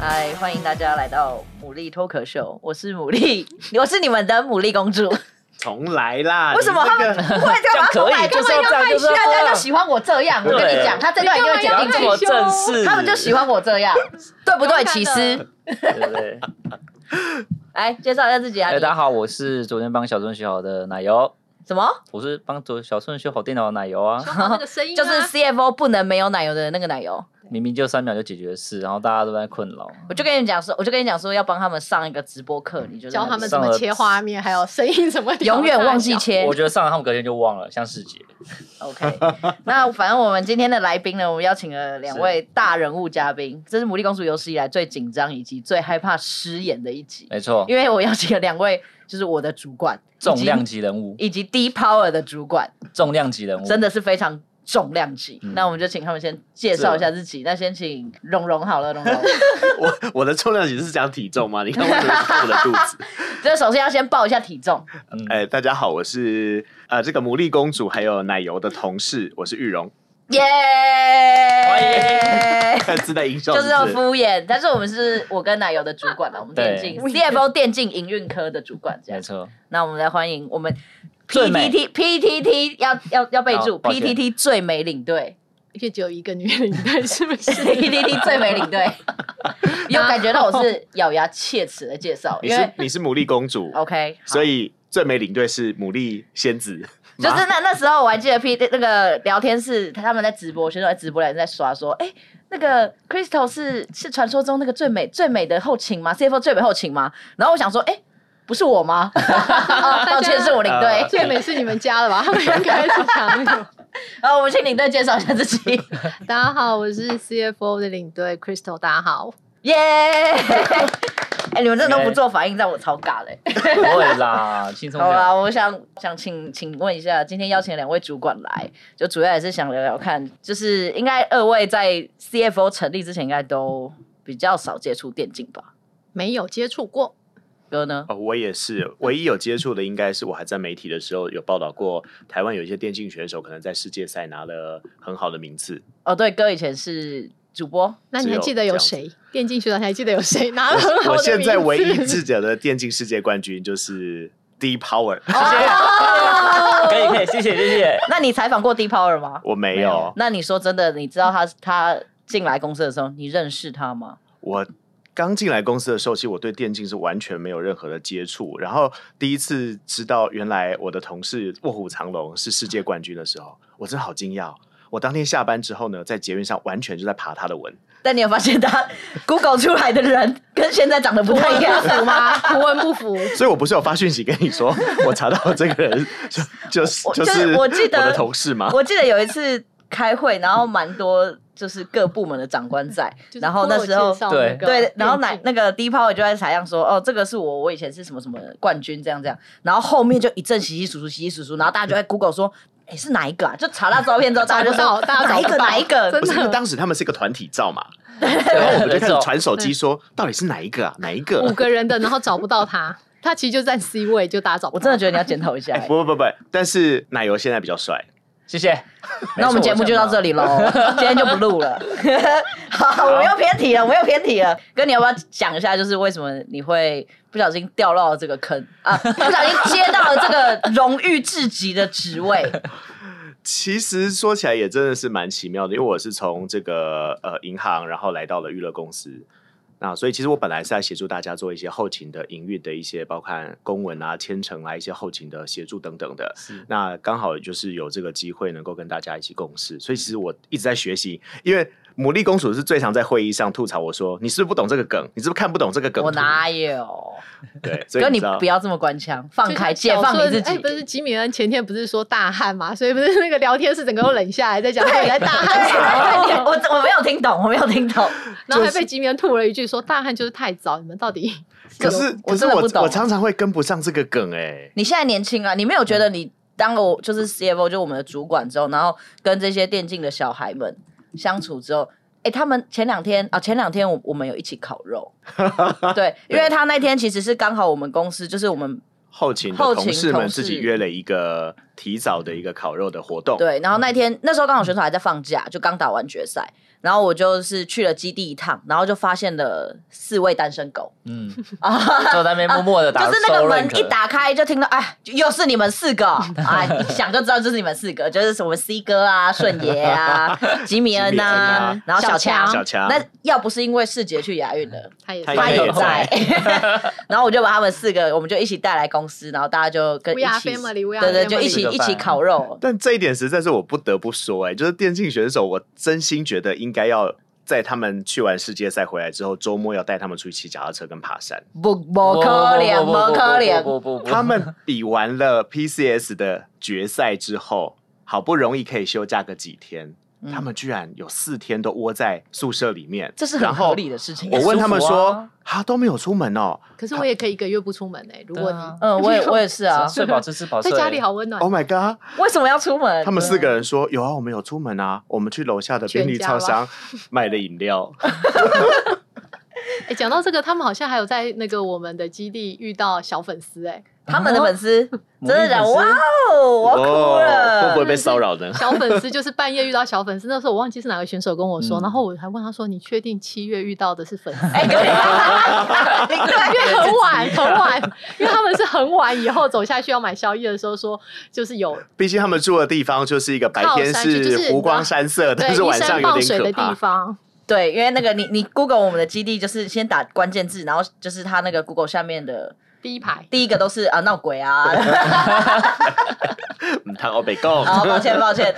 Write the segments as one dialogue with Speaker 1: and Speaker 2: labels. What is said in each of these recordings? Speaker 1: 对，欢迎大家来到牡蛎脱口秀，我是牡 蛎，我是你们的牡蛎公主。
Speaker 2: 重来啦！
Speaker 1: 为什么
Speaker 2: 你
Speaker 1: 他
Speaker 2: 这
Speaker 1: 们
Speaker 2: 个
Speaker 1: 不会这样
Speaker 3: 这样可以
Speaker 1: 来？
Speaker 3: 就
Speaker 1: 根
Speaker 3: 是
Speaker 1: 本
Speaker 3: 要
Speaker 1: 就啊
Speaker 3: 这样，就是要
Speaker 4: 大家就喜欢我这样，我跟你讲，他这段一定会
Speaker 3: 不
Speaker 4: 剪
Speaker 3: 要
Speaker 4: 进
Speaker 3: 这
Speaker 4: 去
Speaker 3: 么，正式，
Speaker 4: 他们就喜欢我这 样，
Speaker 1: 对不对？
Speaker 3: 对
Speaker 1: 其实，
Speaker 3: 对不对？
Speaker 1: 来介绍一下自己啊
Speaker 3: 哎，，大家
Speaker 1: 你
Speaker 3: 好，我是昨天帮小顺修好的奶油，
Speaker 1: 什么？
Speaker 3: 我是帮昨小顺修好电脑的奶油啊，
Speaker 5: 刚刚那个声音、啊、
Speaker 1: 就是 CFO 不能没有奶油的那个奶油。
Speaker 3: 明明就三秒就解决的事，然后大家都在困扰。
Speaker 1: 我就跟你讲说，我就跟你讲说要帮他们上一个直播课，你就
Speaker 5: 教他们怎
Speaker 3: 上了
Speaker 5: 么切画面，还有声音怎么调
Speaker 1: 永远忘记
Speaker 5: 大小。
Speaker 1: 切
Speaker 3: 我。觉得上了他们隔天就忘了，像世杰，
Speaker 1: OK，那 反正我们今天的来宾呢，我们邀请了两位大人物嘉宾，这是牡蛎公主有史以来最紧张以及最害怕失言的一集，
Speaker 3: 没错，
Speaker 1: 因为我邀请了两位，就是我的主管，
Speaker 3: 重量级人物，
Speaker 1: 以及 D Power 的主管，
Speaker 3: 重量级人物，
Speaker 1: 真的是非常。重量级，
Speaker 3: 嗯
Speaker 1: 那我们就请他们先介绍一下自己。那先请蓉蓉好了，蓉 蓉。
Speaker 2: 我我的重量级是讲体重吗？你看我怎么看我的 肚子？
Speaker 1: 这首先要先报一下体重，
Speaker 3: 嗯，
Speaker 2: 哎、大家好，我是呃这个牡蛎公主还有奶油的同事，我是玉荣，
Speaker 1: 耶、
Speaker 2: 看自带营销
Speaker 1: 就是要
Speaker 2: 不是？
Speaker 1: 敷衍。但是我们是我跟奶油的主管了，我们电竞 CFO 电竞营运科的主管这
Speaker 3: 没
Speaker 1: 样。
Speaker 3: 错，
Speaker 1: 那我们来欢迎我们
Speaker 3: 最美
Speaker 1: PTT PTT 要要要备注
Speaker 3: 好抱歉
Speaker 1: PTT 最美领队
Speaker 5: 而且只有一个女领队，是不是？
Speaker 1: ，PTT 最美领队，有感觉到我是咬牙切齿的介 绍，
Speaker 2: 你
Speaker 1: 因
Speaker 2: 是
Speaker 1: 为哦
Speaker 2: 你是牡蛎公主，
Speaker 1: OK，好
Speaker 2: 所以最美领队是牡蛎仙子，
Speaker 1: 就是那那时候我还记得 P 那个聊天室，他们在直播，选手在直播，人在刷说，哎、那个 Crystal 是是传说中那个最美最美的后勤吗？CFO 最美后勤吗？然后我想说，哎、不是我吗？哦抱歉，是我领队
Speaker 2: 呃。
Speaker 5: 最美是你们家的吧？他 们两个一起抢那个。
Speaker 1: 然后我们请领队介绍一下自己，
Speaker 5: 大家好，我是 CFO 的领队 Crystal。大家好，
Speaker 1: 耶！ 哎，你们这都不做反应，让我超尬嘞、
Speaker 3: 不会啦，轻松
Speaker 1: 好
Speaker 3: 聊。
Speaker 1: 啦，我想想请请问一下，今天邀请两位主管来，就主要也是想聊聊看，就是应该二位在 CFO 成立之前，应该都比较少接触电竞吧？
Speaker 5: 没有接触过，
Speaker 1: 哥呢？
Speaker 2: 哦，我也是，唯一有接触的应该是我还在媒体的时候有报道过，台湾有一些电竞选手可能在世界赛拿了很好的 名次，
Speaker 1: 哦，对，哥以前是主播，
Speaker 5: 那你还记得有谁？电竞学长，你还记得有谁拿了很好的
Speaker 2: 我现在
Speaker 5: 名次
Speaker 2: 唯一 记得的电竞世界冠军就是 D Power，
Speaker 3: 可以可以，谢谢谢谢。
Speaker 1: 那你采访过 D Power 吗？
Speaker 2: 我没
Speaker 3: 没
Speaker 2: 有
Speaker 3: 有，
Speaker 1: 那你说真的，你知道他他进来公司的时候，你认识他吗？
Speaker 2: 我刚进来公司的时候，其实我对电竞是完全没有任何的接触。然后第一次知道原来我的同事卧虎藏龙是世界冠军的时候，我真的好惊讶。哦我当天下班之后呢，在捷运上完全就在爬他的文，
Speaker 1: 但你有发现他 Google 出来的人跟现在长得不太一样
Speaker 5: 服吗？图文不符，
Speaker 2: 所以我不是有发讯息跟你说，我查到这个人就就是
Speaker 1: 我
Speaker 2: 就
Speaker 1: 就是
Speaker 2: 是
Speaker 1: 我记得
Speaker 2: 我的同事嘛，
Speaker 1: 我记得有一次开会，然后蛮多就是各部门的长官在，
Speaker 5: 就是
Speaker 1: 然后那时候
Speaker 5: 自我介绍那个
Speaker 1: 对，然后
Speaker 5: 电
Speaker 1: 奶
Speaker 5: 竞
Speaker 1: 那个低抛就在采样说，哦，这个是我，我以前是什么什么冠军，这样这样，然后后面就一阵稀稀疏疏，稀稀疏疏，然后大家就在 Google 说，哎，是哪一个啊？就查到照片之后，大家就
Speaker 5: 找
Speaker 1: 说
Speaker 5: 不到大家
Speaker 1: 哪一
Speaker 5: 找
Speaker 1: 个
Speaker 5: 不到
Speaker 1: 哪一个
Speaker 5: 真
Speaker 2: 不
Speaker 5: 的
Speaker 2: 是因为当时他们是一个团体照嘛，
Speaker 3: 然
Speaker 2: 我们就开始传手机说到底是哪一个啊，哪一个啊、
Speaker 5: 五个人的，然后找不到他，他其实就站 C 位，就大家找不
Speaker 1: 我
Speaker 5: 到
Speaker 1: 真的
Speaker 5: 他。
Speaker 1: 觉得你要检讨一下、欸
Speaker 2: 哎不不不不，但是奶油现在比较帅。
Speaker 3: 谢谢。
Speaker 1: 那我们节目就到这
Speaker 3: 里。
Speaker 1: 里喽， 今天就不录了。好，我们又偏题了，我们又偏题了。哥，你要不要讲一下，就是为什么你会不小心掉到了这个坑啊？不小心接到了这个荣誉至极的职 位，
Speaker 2: 其实说起来也真的是蛮奇妙的，因为我是从这个呃银行，然后来到了娱乐公司。那所以其实我本来是在协助大家做一些后勤的营运的一些，包括公文啊、签呈啊一些后勤的协助等等的。那刚好就是有这个机会能够跟大家一起共事，所以其实我一直在学习，因为牡蛎公主是最常在会议上吐槽我说：“你是不是不懂这个梗？你是不是看不懂这个梗图？”
Speaker 1: 我哪有？
Speaker 2: 对，所以
Speaker 1: 哥，
Speaker 2: 你
Speaker 1: 你
Speaker 2: 知道
Speaker 1: 不要这么官腔，放
Speaker 5: 就像
Speaker 1: 开解
Speaker 5: 小
Speaker 1: 放你
Speaker 5: 顺
Speaker 1: 自
Speaker 5: 哎
Speaker 1: 己
Speaker 5: 不。是吉米恩前天不是说大汗嘛，所以不是那个聊天室整个都冷下来，在讲说你在大汗什 么，
Speaker 1: 我我没有听懂，我没有听 懂。
Speaker 5: 然后还被吉米恩吐了一句说大汗就是太早，你们到底
Speaker 2: 可是
Speaker 1: 我
Speaker 2: 可是
Speaker 1: 真的
Speaker 2: 我
Speaker 1: 不懂
Speaker 2: 我常常会跟不上这个梗哎、欸
Speaker 1: 你现在年轻啊，你没有觉得
Speaker 2: 嗯
Speaker 1: 你当了我就是 CFO，就我们的主管之后，然后跟这些电竞的小孩们相处之后，哎、他们前两天啊，前两天我我们有一起烤肉， 对，因为他那天其实是刚好我们公司就是我们
Speaker 2: 后勤的
Speaker 1: 后勤
Speaker 2: 同事们
Speaker 1: 同事
Speaker 2: 自己约了一个提早的一个烤肉的活动。
Speaker 1: 对，然后那天那时候刚好选手还在放假，就刚打完决赛，然后我就是去了基地一趟，然后就发现了四位单身狗，啊
Speaker 3: 嗯，坐在那边默默的打，
Speaker 1: 就是那个
Speaker 3: 收
Speaker 1: 门
Speaker 3: rank
Speaker 1: 一，打开就听到，哎，又是你们四个啊！一想就知道就是你们四个，就是什么 C 哥啊、顺爷啊、吉米恩
Speaker 2: 吉米恩
Speaker 1: 啊
Speaker 2: 啊，
Speaker 1: 然后小强。
Speaker 2: 小强
Speaker 1: 那要不是因为世杰去亚运了，
Speaker 5: 他也
Speaker 2: 他
Speaker 1: 他
Speaker 2: 也
Speaker 1: 也在
Speaker 2: 在，
Speaker 1: 然后我就把他们四个，我们就一起带来公司，然后大家就跟
Speaker 5: We
Speaker 1: 一
Speaker 5: are
Speaker 1: 起，
Speaker 5: family, we are
Speaker 1: 对对，就一
Speaker 5: family
Speaker 1: 起
Speaker 3: 吃个
Speaker 1: 一
Speaker 3: 饭
Speaker 1: 起烤肉。
Speaker 2: 但这一点实在是我不得不说、哎，就是电竞选手，我真心觉得应该要在他们去完世界赛回来之后，周末要带他们出去骑脚踏车跟爬 山。
Speaker 1: 不不可怜，
Speaker 3: 不
Speaker 1: 不可怜，
Speaker 3: 不不不，
Speaker 2: 他们比完了 PCS 的决赛之后，好不容易可以休假个几天，
Speaker 1: 嗯
Speaker 2: 他们居然有四天都窝在宿舍里面，
Speaker 1: 这是
Speaker 2: 然
Speaker 1: 很
Speaker 2: 后
Speaker 1: 合理的事情。
Speaker 2: 我问他们
Speaker 3: 舒服
Speaker 2: 说
Speaker 3: 啊：“
Speaker 2: 啊，都没有出门哦。
Speaker 5: 可是我也可以一个月不出门哎、如果
Speaker 3: 对啊
Speaker 5: 你
Speaker 1: 嗯，我也我也是 啊，
Speaker 3: 睡饱吃吃饱，
Speaker 5: 在家里
Speaker 3: 好，
Speaker 5: 好温暖
Speaker 2: ”Oh my god！
Speaker 1: 为什么要出门？
Speaker 2: 他们四个人说：“有啊，我们有出门啊，我们去楼下的便利超商买了饮 料。
Speaker 5: 哎、讲到这个，他们好像还有在那个我们的基地遇到小粉丝哎、
Speaker 1: 他们的粉丝真
Speaker 3: 嗯
Speaker 1: 的讲哇哦，”我要哭
Speaker 2: 哦会不
Speaker 1: 了。
Speaker 2: 会被骚扰呢？
Speaker 5: 小粉丝就是半夜遇到小粉丝，那时候我忘记是哪个选手跟我说，
Speaker 3: 嗯
Speaker 5: 然后我还问他说：“你确定七月遇到的是粉丝？”
Speaker 1: 哎，对，
Speaker 5: 因为很晚，很晚，因为他们是很晚以后走下去要买宵夜的时候说，就是有
Speaker 2: 毕竟他们住的地方就是一个白天
Speaker 5: 靠山区就是
Speaker 2: 湖光山色，
Speaker 5: 对
Speaker 2: 但是
Speaker 5: 依
Speaker 2: 晚
Speaker 5: 山
Speaker 2: 上有
Speaker 5: 傍水
Speaker 2: 点
Speaker 5: 的
Speaker 2: 可
Speaker 5: 地
Speaker 2: 怕。
Speaker 5: 方，
Speaker 1: 对，因为那个你你 Google 我们的基地，就是先打关键字，然后就是他那个 Google 下面的
Speaker 5: 第一排。
Speaker 1: 第一个都是啊闹鬼啊，
Speaker 2: 嗯，他欧北贡
Speaker 1: 啊抱歉抱歉，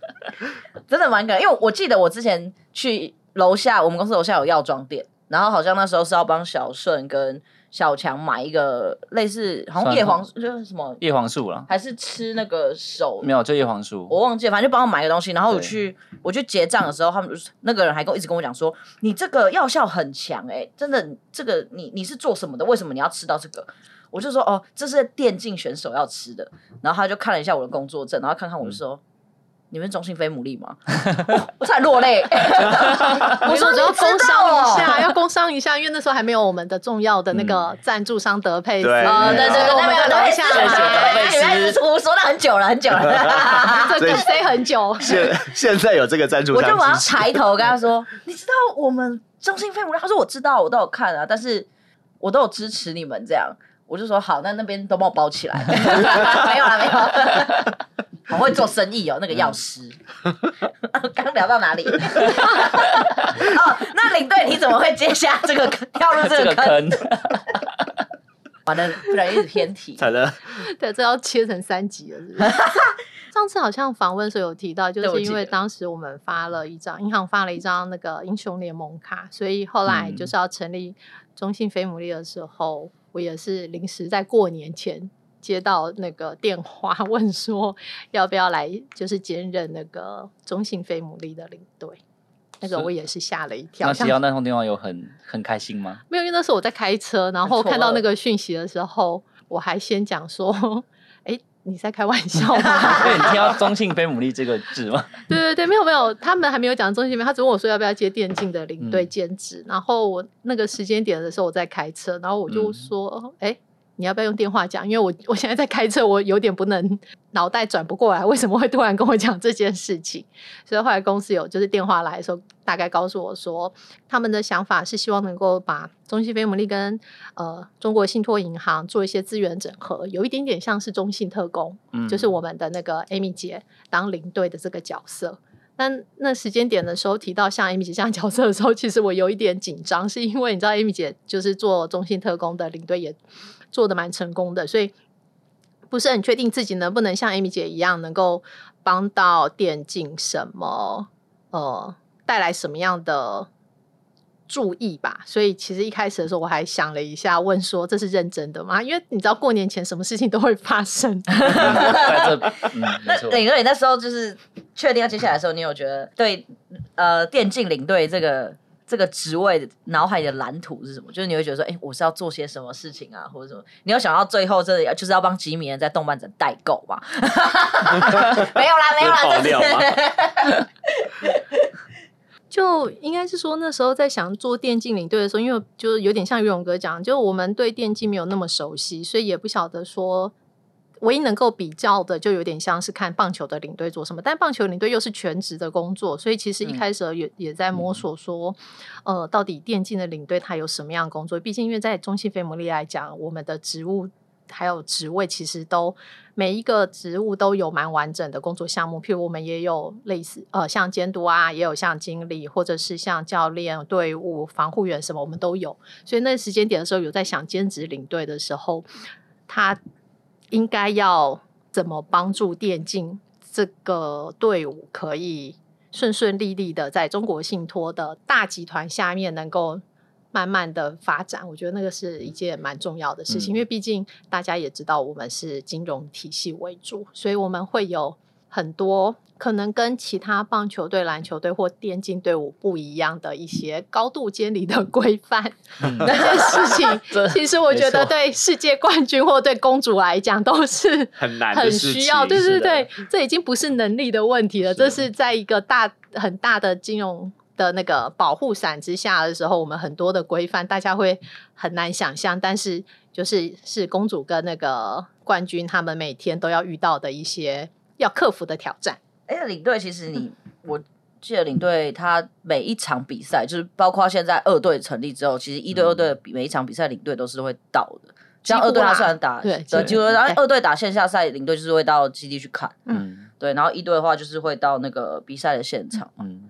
Speaker 1: 真的蛮可爱。因为我记得我之前去楼下，我们公司楼下有药妆店，然后好像那时候是要帮小顺跟小强买一个类似好像叶黄就是什么，
Speaker 3: 叶黄素了，
Speaker 1: 还是吃那个手
Speaker 3: 没有就叶黄素，
Speaker 5: 哦
Speaker 1: 我忘记了，反正就帮我买个东西，然后我
Speaker 3: 对
Speaker 1: 去我去结账的时候，他们就是那个人还跟我一直跟我讲说，你这个药效很强哎、真的，这个你你是做什么的？为什么你要吃到这个？我就说哦，这是电竞选手要吃的。然后他就看了一下我的工作证，然后看看我就说。你们是中性非牡蛎吗？我差点落泪。 我
Speaker 5: 我
Speaker 1: 说
Speaker 5: 说要
Speaker 1: 你知
Speaker 5: 工商
Speaker 1: 道
Speaker 5: 一
Speaker 1: 哦
Speaker 5: 下，要工商一下，因为那时候还没有我们的重要的那个赞助商德佩斯。
Speaker 2: 对
Speaker 1: 哦，对对
Speaker 5: 所以
Speaker 1: 对，
Speaker 5: 我
Speaker 1: 那
Speaker 5: 们
Speaker 1: 边有
Speaker 5: 在楼
Speaker 1: 东西
Speaker 5: 下
Speaker 1: 对
Speaker 3: 谢谢
Speaker 1: 对对
Speaker 3: 贝斯
Speaker 1: 对原来是我说了很久了，很久了。
Speaker 5: 买，这跟 C 很久。
Speaker 2: 现现在有这个赞助
Speaker 1: 我
Speaker 2: 商
Speaker 1: 就马上
Speaker 2: 支持
Speaker 1: 抬头跟他说：“你知道我们中心飞舞吗？”他说：“我知道，我都有看啊，但是我都有支持你们这样。”我就说：“好，那那边都帮我包起来。” 没有啦， 没有。好会做生意哦，那个药师。 刚聊到哪里？ 哦，那领队你怎么会接下这个坑跳入这
Speaker 3: 这
Speaker 1: 个
Speaker 3: 个
Speaker 1: 坑？
Speaker 3: 坑，
Speaker 1: 完了，不然一直偏题。
Speaker 2: 惨了，
Speaker 5: 对，这要切成三集了， 是不是？上次好像访问时候有提到，就
Speaker 1: 对我
Speaker 5: 是
Speaker 1: 记
Speaker 5: 因为
Speaker 1: 得
Speaker 5: 当时我们发了一张银行发了一张那个英雄联盟卡，所以后来
Speaker 3: 嗯
Speaker 5: 就是要成立中信飞姆利的时候，我也是临时在过年前接到那个电话，问说要不要来，就是兼任那个中信飞姆利的领队。那个
Speaker 3: 是
Speaker 5: 我也是吓了一跳，
Speaker 3: 那
Speaker 5: 像
Speaker 3: 提到那通电话有很很开心吗？
Speaker 5: 没有，因为那时候我在开车，然后
Speaker 1: 很错愕
Speaker 5: 看到那个讯息的时候，我还先讲说：“ 哎，你在开玩笑 吗
Speaker 3: 因为你听到中性非牡蛎这个字吗？？”
Speaker 5: 对对对，没有没有，他们还没有讲中心面，他只问我说要不要接电竞的领队
Speaker 3: 嗯
Speaker 5: 兼职。然后我那个时间点的时候我在开车，然后我就
Speaker 3: 嗯
Speaker 5: 说：“哎、你要不要用电话讲？因为我 我现在在开车，我有点不能脑袋转不过来，为什么会突然跟我讲这件事情？ 所以后来公司有就是电话来的时候，大概告诉我说，他们的想法是希望能够把中信非牟利跟呃中国信托银行做一些资源整合，有一点点像是中信特工，
Speaker 3: 嗯
Speaker 5: 就是我们的那个 Amy 姐当领队的这个角色。但那时间点的时候提到像 Amy 姐这样角色的时候，其实我有一点紧张，是因为你知道 Amy 姐就是做中信特工的领队也做的蛮成功的，所以不是很确定自己能不能像 Amy 姐一样能够帮到电竞什么呃带来什么样的注意吧。所以其实一开始的时候，我还想了一下，问说这是认真的吗？因为你知道过年前什么事情都会发生，
Speaker 3: 在这，嗯，没错，
Speaker 1: 领队，你那时候就是确定要接下来的时候，你有觉得对呃电竞领队这个这个职位脑海里的蓝图是什么？就是你会觉得说，哎、我是要做些什么事情啊，或者什么？你有想到最后这里就是要帮吉米人在动漫展代购嘛？ 没有啦，没有啦，
Speaker 2: 爆料吗
Speaker 1: 这是
Speaker 5: 就应该是说那时候在想做电竞领队的时候，因为就是有点像于勇哥讲，就我们对电竞没有那么熟悉，所以也不晓得说唯一能够比较的，就有点像是看棒球的领队做什么，但棒球领队又是全职的工作，所以其实一开始也、也在摸索说，呃，到底电竞的领队他有什么样的工作？毕竟因为在中西非牟利来讲，我们的职务还有职位其实都每一个职务都有蛮完整的工作项目，譬如我们也有类似呃像监督啊，也有像经理，或者是像教练、队伍、防护员什么，我们都有。所以那时间点的时候，有在想兼职领队的时候，他应该要怎么帮助电竞这个队伍可以顺顺利利的在中国信托的大集团下面能够慢慢的发展，我觉得那个是一件蛮重要的事情，
Speaker 3: 嗯
Speaker 5: 因为毕竟大家也知道我们是金融体系为主，所以我们会有很多可能跟其他棒球队、篮球队或电竞队伍不一样的一些高度监理的规范。 那件事情，
Speaker 3: 这
Speaker 5: 其实我觉
Speaker 3: 没
Speaker 5: 得
Speaker 3: 错
Speaker 5: 对世界冠军或对公主来讲都是
Speaker 2: 很难的
Speaker 5: 很
Speaker 2: 事
Speaker 5: 需要，
Speaker 2: 情
Speaker 5: 对
Speaker 2: 是
Speaker 5: 对
Speaker 2: 的
Speaker 5: 对，这已经不是能力的问题了，
Speaker 2: 是
Speaker 5: 这是在一个大很大的金融的那个保护伞之下的时候，我们很多的规范大家会很难想象，但是就是是公主跟那个冠军他们每天都要遇到的一些要克服的挑战。
Speaker 1: 哎、领队其实你，我记得领队他每一场比赛，就是包括现在二队成立之后，其实一队、
Speaker 2: 嗯
Speaker 1: 二队的比每一场比赛领队都是会到的。
Speaker 5: 几
Speaker 1: 像
Speaker 5: 乎啦
Speaker 1: 二队他虽然打
Speaker 5: 对几
Speaker 1: 对，
Speaker 3: 乎
Speaker 1: 几乎然后
Speaker 5: 对
Speaker 1: 二队打线下赛，领队就是会到基地去看，
Speaker 3: 嗯
Speaker 1: 对，然后一队的话就是会到那个比赛的现场。
Speaker 3: 嗯，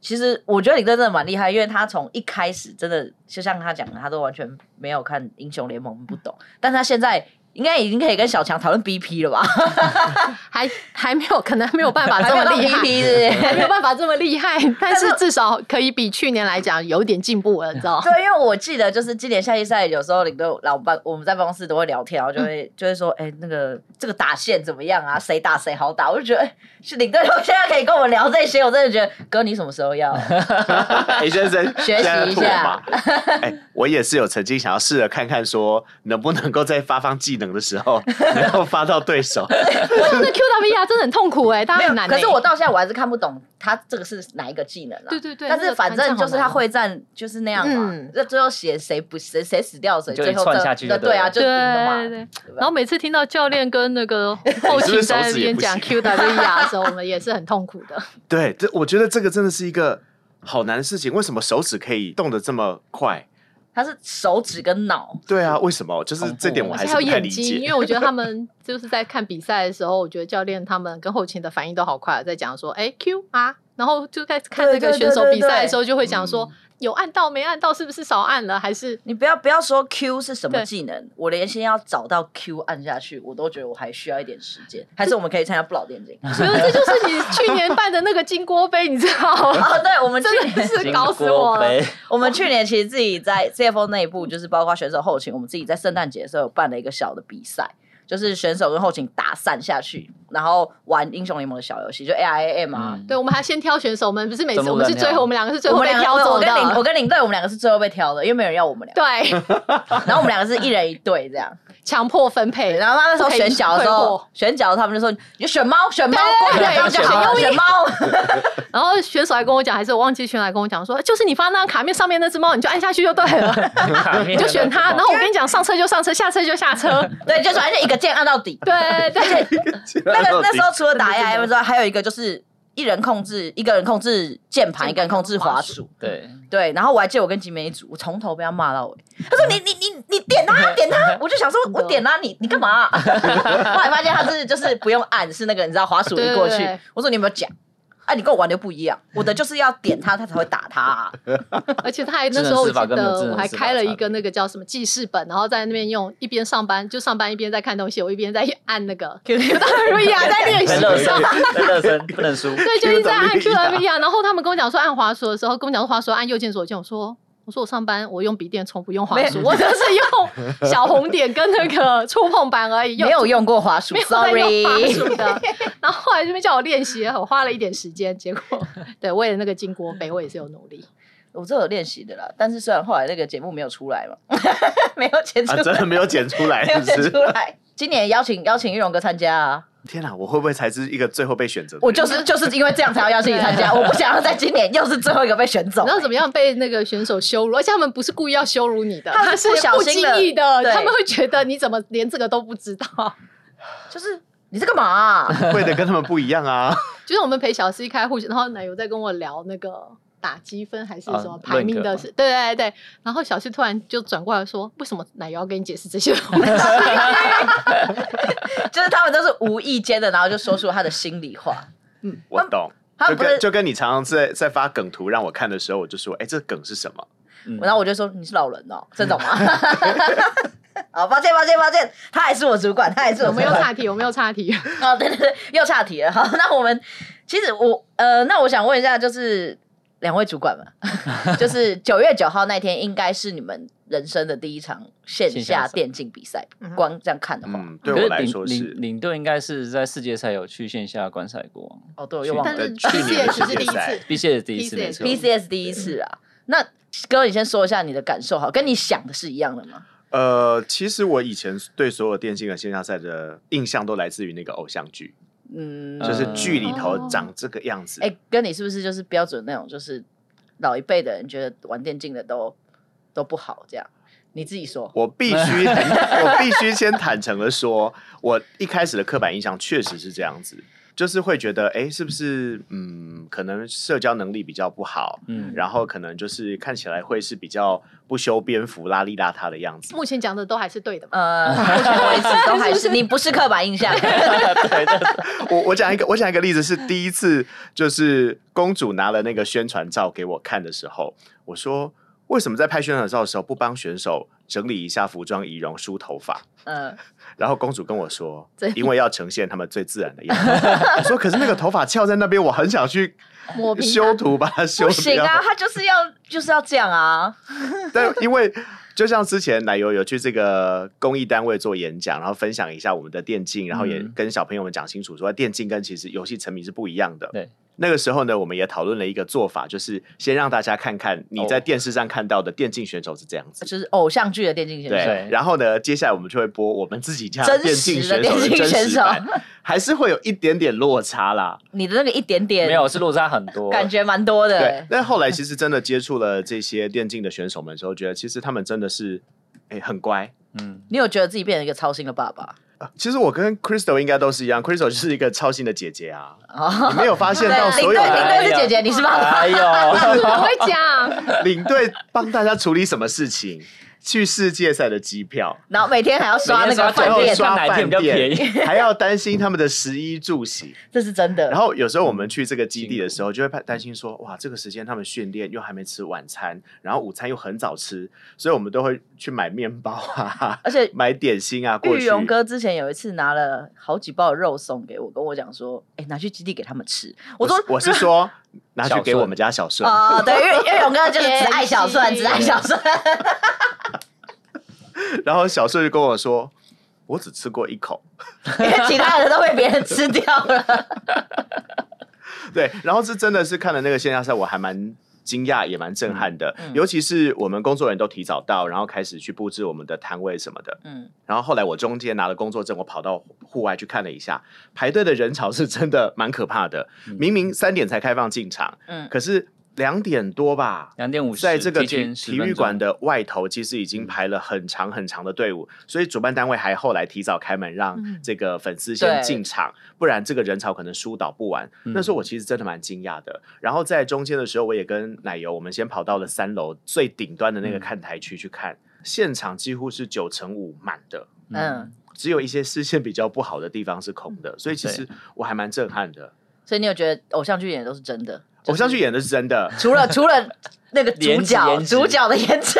Speaker 1: 其实我觉得领队真的蛮厉害，因为他从一开始真的就像他讲的，他都完全没有看英雄联盟，不懂，但是他现在应该已经可以跟小强讨论 BP 了 吧？
Speaker 5: 还 还没有，可能还没有办法这么
Speaker 1: 还没有到
Speaker 5: 厉害。
Speaker 1: BP 是不是
Speaker 5: 还没有办法这么厉害，但是至少可以比去年来讲有点进步了，你 知道？
Speaker 1: 对，因为我记得就是今年夏季赛，有时候领队老办我们在办公室都会聊天，然后就会、
Speaker 5: 嗯
Speaker 1: 就会说，哎、那个这个打线怎么样啊？谁打谁好打？我就觉得，哎是领队说现在可以跟我们聊这些，我真的觉得，哥你什么时候要？
Speaker 2: 哎，先生，
Speaker 1: 学习
Speaker 2: 现在
Speaker 1: 一
Speaker 2: 吐
Speaker 1: 下
Speaker 2: 嘛。哎，我也是有曾经想要试着看看，说能不能够在发放技能的时候，能够发到对手。
Speaker 5: 那 QWR 真的很痛苦哎、大
Speaker 1: 没
Speaker 5: 家
Speaker 1: 有
Speaker 5: 很，难、欸。
Speaker 1: 可是我到现在我还是看不懂他这个是哪一个技能啊？
Speaker 5: 对对对
Speaker 1: 但
Speaker 5: 那
Speaker 1: 是
Speaker 5: 个
Speaker 1: 反
Speaker 5: 团
Speaker 1: 正
Speaker 5: 战
Speaker 1: 就是他
Speaker 5: 好难哦
Speaker 1: 会战就是那样嘛
Speaker 5: 嗯，
Speaker 1: 那、最后写谁不谁谁死掉谁，
Speaker 3: 就一
Speaker 1: 最后
Speaker 3: 串
Speaker 1: 这
Speaker 3: 下去就
Speaker 1: 对对啊，就
Speaker 5: 对
Speaker 1: 赢了嘛。
Speaker 5: 对对。然后每次听到教练跟那 个后勤在那边讲
Speaker 2: 你
Speaker 5: QWR 的时候，我们也是很痛苦 的。
Speaker 2: 对，这我觉得这个真的是一个好难的事情。为什么手指可以动得这么快？
Speaker 1: 他是手指跟脑，
Speaker 2: 对啊，为什么？就是这点我
Speaker 1: 哦
Speaker 5: 而
Speaker 2: 还
Speaker 5: 且
Speaker 2: 是
Speaker 5: 还有
Speaker 2: 不太
Speaker 5: 眼
Speaker 2: 理
Speaker 5: 睛，因
Speaker 2: 解。
Speaker 5: 为我觉得他们就是在看比赛的时候，我觉得教练他们跟后勤的反应都好快，在讲说哎 Q 啊，然后就在看那个
Speaker 1: 对对对
Speaker 5: 选手
Speaker 1: 对
Speaker 5: 比赛的时候，就会
Speaker 2: 嗯
Speaker 5: 讲说有按到没按到，是不是少按了，还是
Speaker 1: 你不要不要说 Q 是什么
Speaker 5: 对
Speaker 1: 技能，我连先要找到 Q 按下去，我都觉得我还需要一点时间。还是我们可以参加不老电竞？哦
Speaker 5: 没有？这就是你去年办的那个金锅杯，你知道吗？
Speaker 1: 哦，对，我们去
Speaker 5: 真的
Speaker 1: 年
Speaker 3: 嗯
Speaker 5: 是搞死我了。
Speaker 3: 金锅杯
Speaker 1: 我们去年其实自己在 CFO 内部，就是包括选手后勤，我们自己在圣诞节的时候有办了一个小的比赛，就是选手跟后勤打散下去，然后玩英雄联盟的小游戏，就 AIAM 啊。
Speaker 3: 嗯
Speaker 5: 对，我们还先挑选手，我们不是每
Speaker 3: 怎
Speaker 5: 次
Speaker 3: 么
Speaker 5: 我们是最
Speaker 3: 能
Speaker 5: 后，我们两个是最
Speaker 1: 我
Speaker 5: 后
Speaker 1: 们
Speaker 5: 被
Speaker 1: 两个，
Speaker 5: 挑走
Speaker 1: 我跟领我
Speaker 5: 的。
Speaker 1: 跟领队，我们两个是最后被挑的，因为没有人要我们俩。
Speaker 5: 对，
Speaker 1: 然后我们两个是一人一队这样。
Speaker 5: 强迫分配，
Speaker 1: 然后他那时候选角的时
Speaker 5: 不可以退
Speaker 1: 候
Speaker 5: 货，
Speaker 1: 选角他们就说你就选猫，选猫，
Speaker 5: 对对对
Speaker 1: 光就好了，
Speaker 5: 选
Speaker 1: 选 猫。
Speaker 5: 然后选手还跟我讲，还是我忘记选手还跟我讲说，就是你发那张卡面上面那只猫，你就按下去就对 了， 你就选它。然后我跟你讲，上车就上车，下车就下 车。
Speaker 1: 对，就是而且一个键按到底。
Speaker 5: 对对，
Speaker 1: 那个那时候除了打
Speaker 5: 真的
Speaker 1: AI
Speaker 5: 真的
Speaker 1: 之外，还有一个就是一人控制，一个人控制键盘，一个人控制滑鼠。
Speaker 3: 对，
Speaker 1: 对，然后我还记得我跟吉美一组，我从头被他骂 到尾。他说你你你你点他点他， 我就想说
Speaker 5: 啊真的哦
Speaker 1: 我点他你你干嘛 啊、后来发现他是就是不用按，是那个你知道滑鼠移过
Speaker 5: 对
Speaker 1: 去
Speaker 5: 对对。
Speaker 1: 我说你有没有讲？啊，你跟我玩的不一样，我的就是要点他，他才会打他、 啊。
Speaker 5: 而且他还那时候我记
Speaker 3: 智能死法跟没有智能死
Speaker 5: 得
Speaker 3: 法
Speaker 5: 我还开了一个那个叫什么记事本，然后在那边用一边上班就上班一边在看东西，我一边在按那个 QQ 当然瑞亚在练
Speaker 3: 在
Speaker 5: 习
Speaker 3: 热
Speaker 5: 上
Speaker 3: 身，。在热身不能输。
Speaker 5: 对，就一直在按
Speaker 2: QWER
Speaker 5: QWER，然后他们跟我讲说按滑鼠的时候，跟我讲说滑鼠按右键左键，我说我说我上班我用笔电从不用滑鼠，
Speaker 1: 没
Speaker 5: 我就是用小红点跟那个触碰板而已，用
Speaker 1: 没有用过滑鼠
Speaker 5: 没有在用滑
Speaker 1: ，sorry。
Speaker 5: 鼠的。然后后来这边叫我练习，我花了一点时间，结果对为了那个金锅杯，我也是有努力。
Speaker 1: 我这有练习的啦，但是虽然后来那个节目没有出来嘛， 没有剪出
Speaker 2: 啊，
Speaker 1: 来，
Speaker 2: 真的没有剪出来，
Speaker 1: 没有
Speaker 2: 是不
Speaker 1: 剪出
Speaker 2: 是？
Speaker 1: 来。今年邀请邀请玉荣哥参加啊，
Speaker 2: 天哪，我会不会才是一个最后被选择的人？
Speaker 1: 我 就是就是因为这样才要邀请你参加，我不想要在今年又是最后一个被选走
Speaker 5: 你知。道怎么样被那个选手羞辱，而且他们不是故意要羞辱你的，
Speaker 1: 他们
Speaker 5: 他
Speaker 1: 是
Speaker 5: 是
Speaker 1: 不小
Speaker 5: 不
Speaker 1: 心
Speaker 5: 经
Speaker 1: 的
Speaker 5: 意的，
Speaker 1: 对
Speaker 5: 他们会觉得你怎么连这个都不知道？
Speaker 1: 就是你在干嘛啊、
Speaker 2: 会的跟他们不一样啊。
Speaker 5: 就是我们陪小 C 开户型，然后奶油在跟我聊那个打积分还是什么
Speaker 3: 啊
Speaker 5: 排名
Speaker 3: 论
Speaker 5: 的
Speaker 3: 格
Speaker 5: 事，对对对。然后小 C 突然就转过来说：“为什么奶油要跟你解释这些东西
Speaker 1: 就是他们都是无意间的，然后就说出他的心里话。
Speaker 2: 我懂，
Speaker 1: 他
Speaker 2: 就
Speaker 1: 们不是
Speaker 2: 跟，就跟你常常在在发梗图让我看的时候，我就说，哎，这梗是什么？
Speaker 1: 然后我就说你是老人哦，这种吗？ 好，抱歉，抱歉，抱歉，他还是我主管，他还是？”我
Speaker 5: 我
Speaker 1: 主
Speaker 5: 们又
Speaker 1: 管。
Speaker 5: 岔题，我们又岔题。
Speaker 1: 哦，对对对，又岔题了。好，那我们其实我呃，那我想问一下，就是两位主管嘛，就是九月九号那天，应该是你们人生的第一场线
Speaker 3: 线
Speaker 1: 下
Speaker 3: 下
Speaker 1: 电竞比赛
Speaker 5: 嗯，
Speaker 1: 光这样看的话，
Speaker 2: 嗯，
Speaker 3: 可
Speaker 2: 对我
Speaker 3: 是
Speaker 2: 来
Speaker 3: 领
Speaker 2: 说
Speaker 3: 领
Speaker 2: 是
Speaker 3: 领队应该是在世界赛有去线下观赛过
Speaker 1: 哦，对，我又忘
Speaker 5: 但
Speaker 1: 了
Speaker 5: 是
Speaker 2: 呃去
Speaker 5: B
Speaker 2: 年
Speaker 5: C 也
Speaker 2: 的
Speaker 5: 只是
Speaker 2: 世
Speaker 5: 第
Speaker 2: 界
Speaker 5: 一
Speaker 2: 赛
Speaker 5: 次，
Speaker 3: ，BC 的第一次
Speaker 5: BCS
Speaker 3: 没错。
Speaker 1: BCS 第一次啊。那哥，你先说一下你的感受，好，跟你想的是一样的吗？
Speaker 2: 呃，其实我以前对所有电竞的线下赛的印象都来自于那个偶像剧，
Speaker 1: 嗯，
Speaker 2: 就是剧里头
Speaker 5: 哦
Speaker 2: 长这个样子。
Speaker 1: 哎、跟你是不是就是标准那种，就是老一辈的人觉得玩电竞的都都不好这样？你自己说，
Speaker 2: 我必须很，我必须先坦诚的说，我一开始的刻板印象确实是这样子，就是会觉得，哎，是不是，嗯，可能社交能力比较不好，
Speaker 3: 嗯，
Speaker 2: 然后可能就是看起来会是比较不修边幅、邋里邋遢的样子。
Speaker 5: 目前讲的都还是对的嘛。
Speaker 1: 呃，目前为 止都还是你不是刻板印 象，
Speaker 3: 对，这
Speaker 2: 我我讲一个，我讲一个例子是第一次，就是公主拿了那个宣传照给我看的时候，我说为什么在拍宣传照的时候不帮选手整理一下服装、仪容、梳头发？
Speaker 1: 嗯，
Speaker 2: 然后公主跟我说
Speaker 5: 真，
Speaker 2: 因为要呈现他们最自然的样子。我说可是那个头发翘在那边，我很想去
Speaker 5: 抹平
Speaker 2: 修图把它修
Speaker 1: 不行
Speaker 2: 掉。
Speaker 1: 啊，他就是要就是要这样啊，
Speaker 2: 但因为就像之前奶油有去这个公益单位做演讲，然后分享一下我们的电竞，然后也
Speaker 3: 嗯
Speaker 2: 跟小朋友们讲清楚说，电竞跟其实游戏沉迷是不一样的。
Speaker 3: 对。
Speaker 2: 那个时候呢，我们也讨论了一个做法，就是先让大家看看你在
Speaker 3: 哦
Speaker 2: 电视上看到的电竞选手是这样子，
Speaker 1: 就是偶像剧的电竞选手，
Speaker 2: 对
Speaker 3: 对。
Speaker 2: 然后呢，接下来我们就会播我们自己家
Speaker 1: 真
Speaker 2: 电竞
Speaker 1: 实
Speaker 2: 选
Speaker 1: 的
Speaker 2: 手的
Speaker 1: 电竞
Speaker 2: 真
Speaker 1: 选
Speaker 2: 实
Speaker 1: 手
Speaker 2: 版，还是会有一点点落 差啦。
Speaker 1: 你的那个一点点
Speaker 3: 没有是落差很多，
Speaker 1: 感觉蛮多的、
Speaker 2: 对，但后来其实真的接触了这些电竞的选手们之后，觉得其实他们真的是哎、很乖。
Speaker 3: 嗯，
Speaker 1: 你有觉得自己变成一个操心的爸爸？
Speaker 2: 呃其实我跟 Crystal 应该都是一样，Crystal 就是一个操心的姐 姐啊，
Speaker 1: 哦，
Speaker 2: 你没有发现到
Speaker 1: 领
Speaker 2: 所
Speaker 1: 队
Speaker 2: 有
Speaker 1: 领
Speaker 2: 的
Speaker 1: 队是姐姐，你是爸爸。
Speaker 3: 哎呦，
Speaker 2: 啊
Speaker 5: 我会讲，
Speaker 2: 领队帮大家处理什么事情，去世界赛的机票，
Speaker 1: 然后每天还要刷那
Speaker 3: 每天
Speaker 1: 个
Speaker 3: 刷
Speaker 1: 饭
Speaker 2: 然后
Speaker 1: 店，
Speaker 2: 刷
Speaker 3: 看哪一
Speaker 2: 饭
Speaker 3: 天比较
Speaker 2: 店，
Speaker 3: 便
Speaker 2: 还要担心他们的食衣住行。
Speaker 1: 这是真的。
Speaker 2: 然后有时候我
Speaker 3: 嗯
Speaker 2: 们去这个基地的时候，就会怕担心说，哇，这个时间他们训练又还没吃晚餐，然后午餐又很早吃，所以我们都会去买面包啊，
Speaker 1: 而且
Speaker 2: 买点心啊过
Speaker 1: 玉
Speaker 2: 去。
Speaker 1: 荣哥之前有一次拿了好几包的肉松给我，跟我讲说：“哎、拿去基地给他们吃。”我
Speaker 2: 我
Speaker 1: 说
Speaker 2: 是：“我是说 拿去
Speaker 3: 小
Speaker 2: 给我
Speaker 3: 顺
Speaker 2: 们家小顺。
Speaker 1: 哦，对，玉玉荣哥就是只爱 小顺，只爱小顺。
Speaker 2: 然后小顺就跟我说，我只吃过一口。
Speaker 1: 因为其他人都被别人吃掉了。
Speaker 2: 对，然后是真的是看了那个线下赛，我还蛮。惊讶也蛮震
Speaker 3: 嗯
Speaker 2: 撼的，尤其是我们工作人员都提早到，然后开始去布置我们的摊位什么的。
Speaker 1: 嗯，
Speaker 2: 然后后来我中间拿了工作证，我跑到户外去看了一下，排队的人潮是真的蛮可怕的。
Speaker 3: 嗯
Speaker 2: 明明三点才开放进场，
Speaker 1: 嗯
Speaker 2: 可是两点多吧，
Speaker 3: 两点五十，
Speaker 2: 在这个
Speaker 3: 提
Speaker 2: 体
Speaker 3: 前
Speaker 2: 体
Speaker 3: 10
Speaker 2: 育
Speaker 3: 分钟嗯
Speaker 2: 馆的外头，其实已经排了很长很长的队伍，所以主办单位还后来提早开门，让
Speaker 5: 嗯
Speaker 2: 这个粉丝先
Speaker 1: 对
Speaker 2: 进场，不然这个人潮可能疏导不完。
Speaker 3: 嗯
Speaker 2: 那时候我其实真的蛮惊讶的。然后在中间的时候，我也跟奶油，我们先跑到了三楼最顶端的那个
Speaker 3: 嗯
Speaker 2: 看台区去看，现场几乎是九成五满的。
Speaker 1: 嗯，
Speaker 2: 只有一些视线比较不好的地方是空的，所以其实我还蛮震撼的。
Speaker 1: 所以你有觉得偶像剧演的都是真的？
Speaker 2: 偶像剧演的是真的，
Speaker 1: 除了除了那个主
Speaker 3: 颜值
Speaker 1: 角
Speaker 3: 颜值
Speaker 1: 主角的颜值，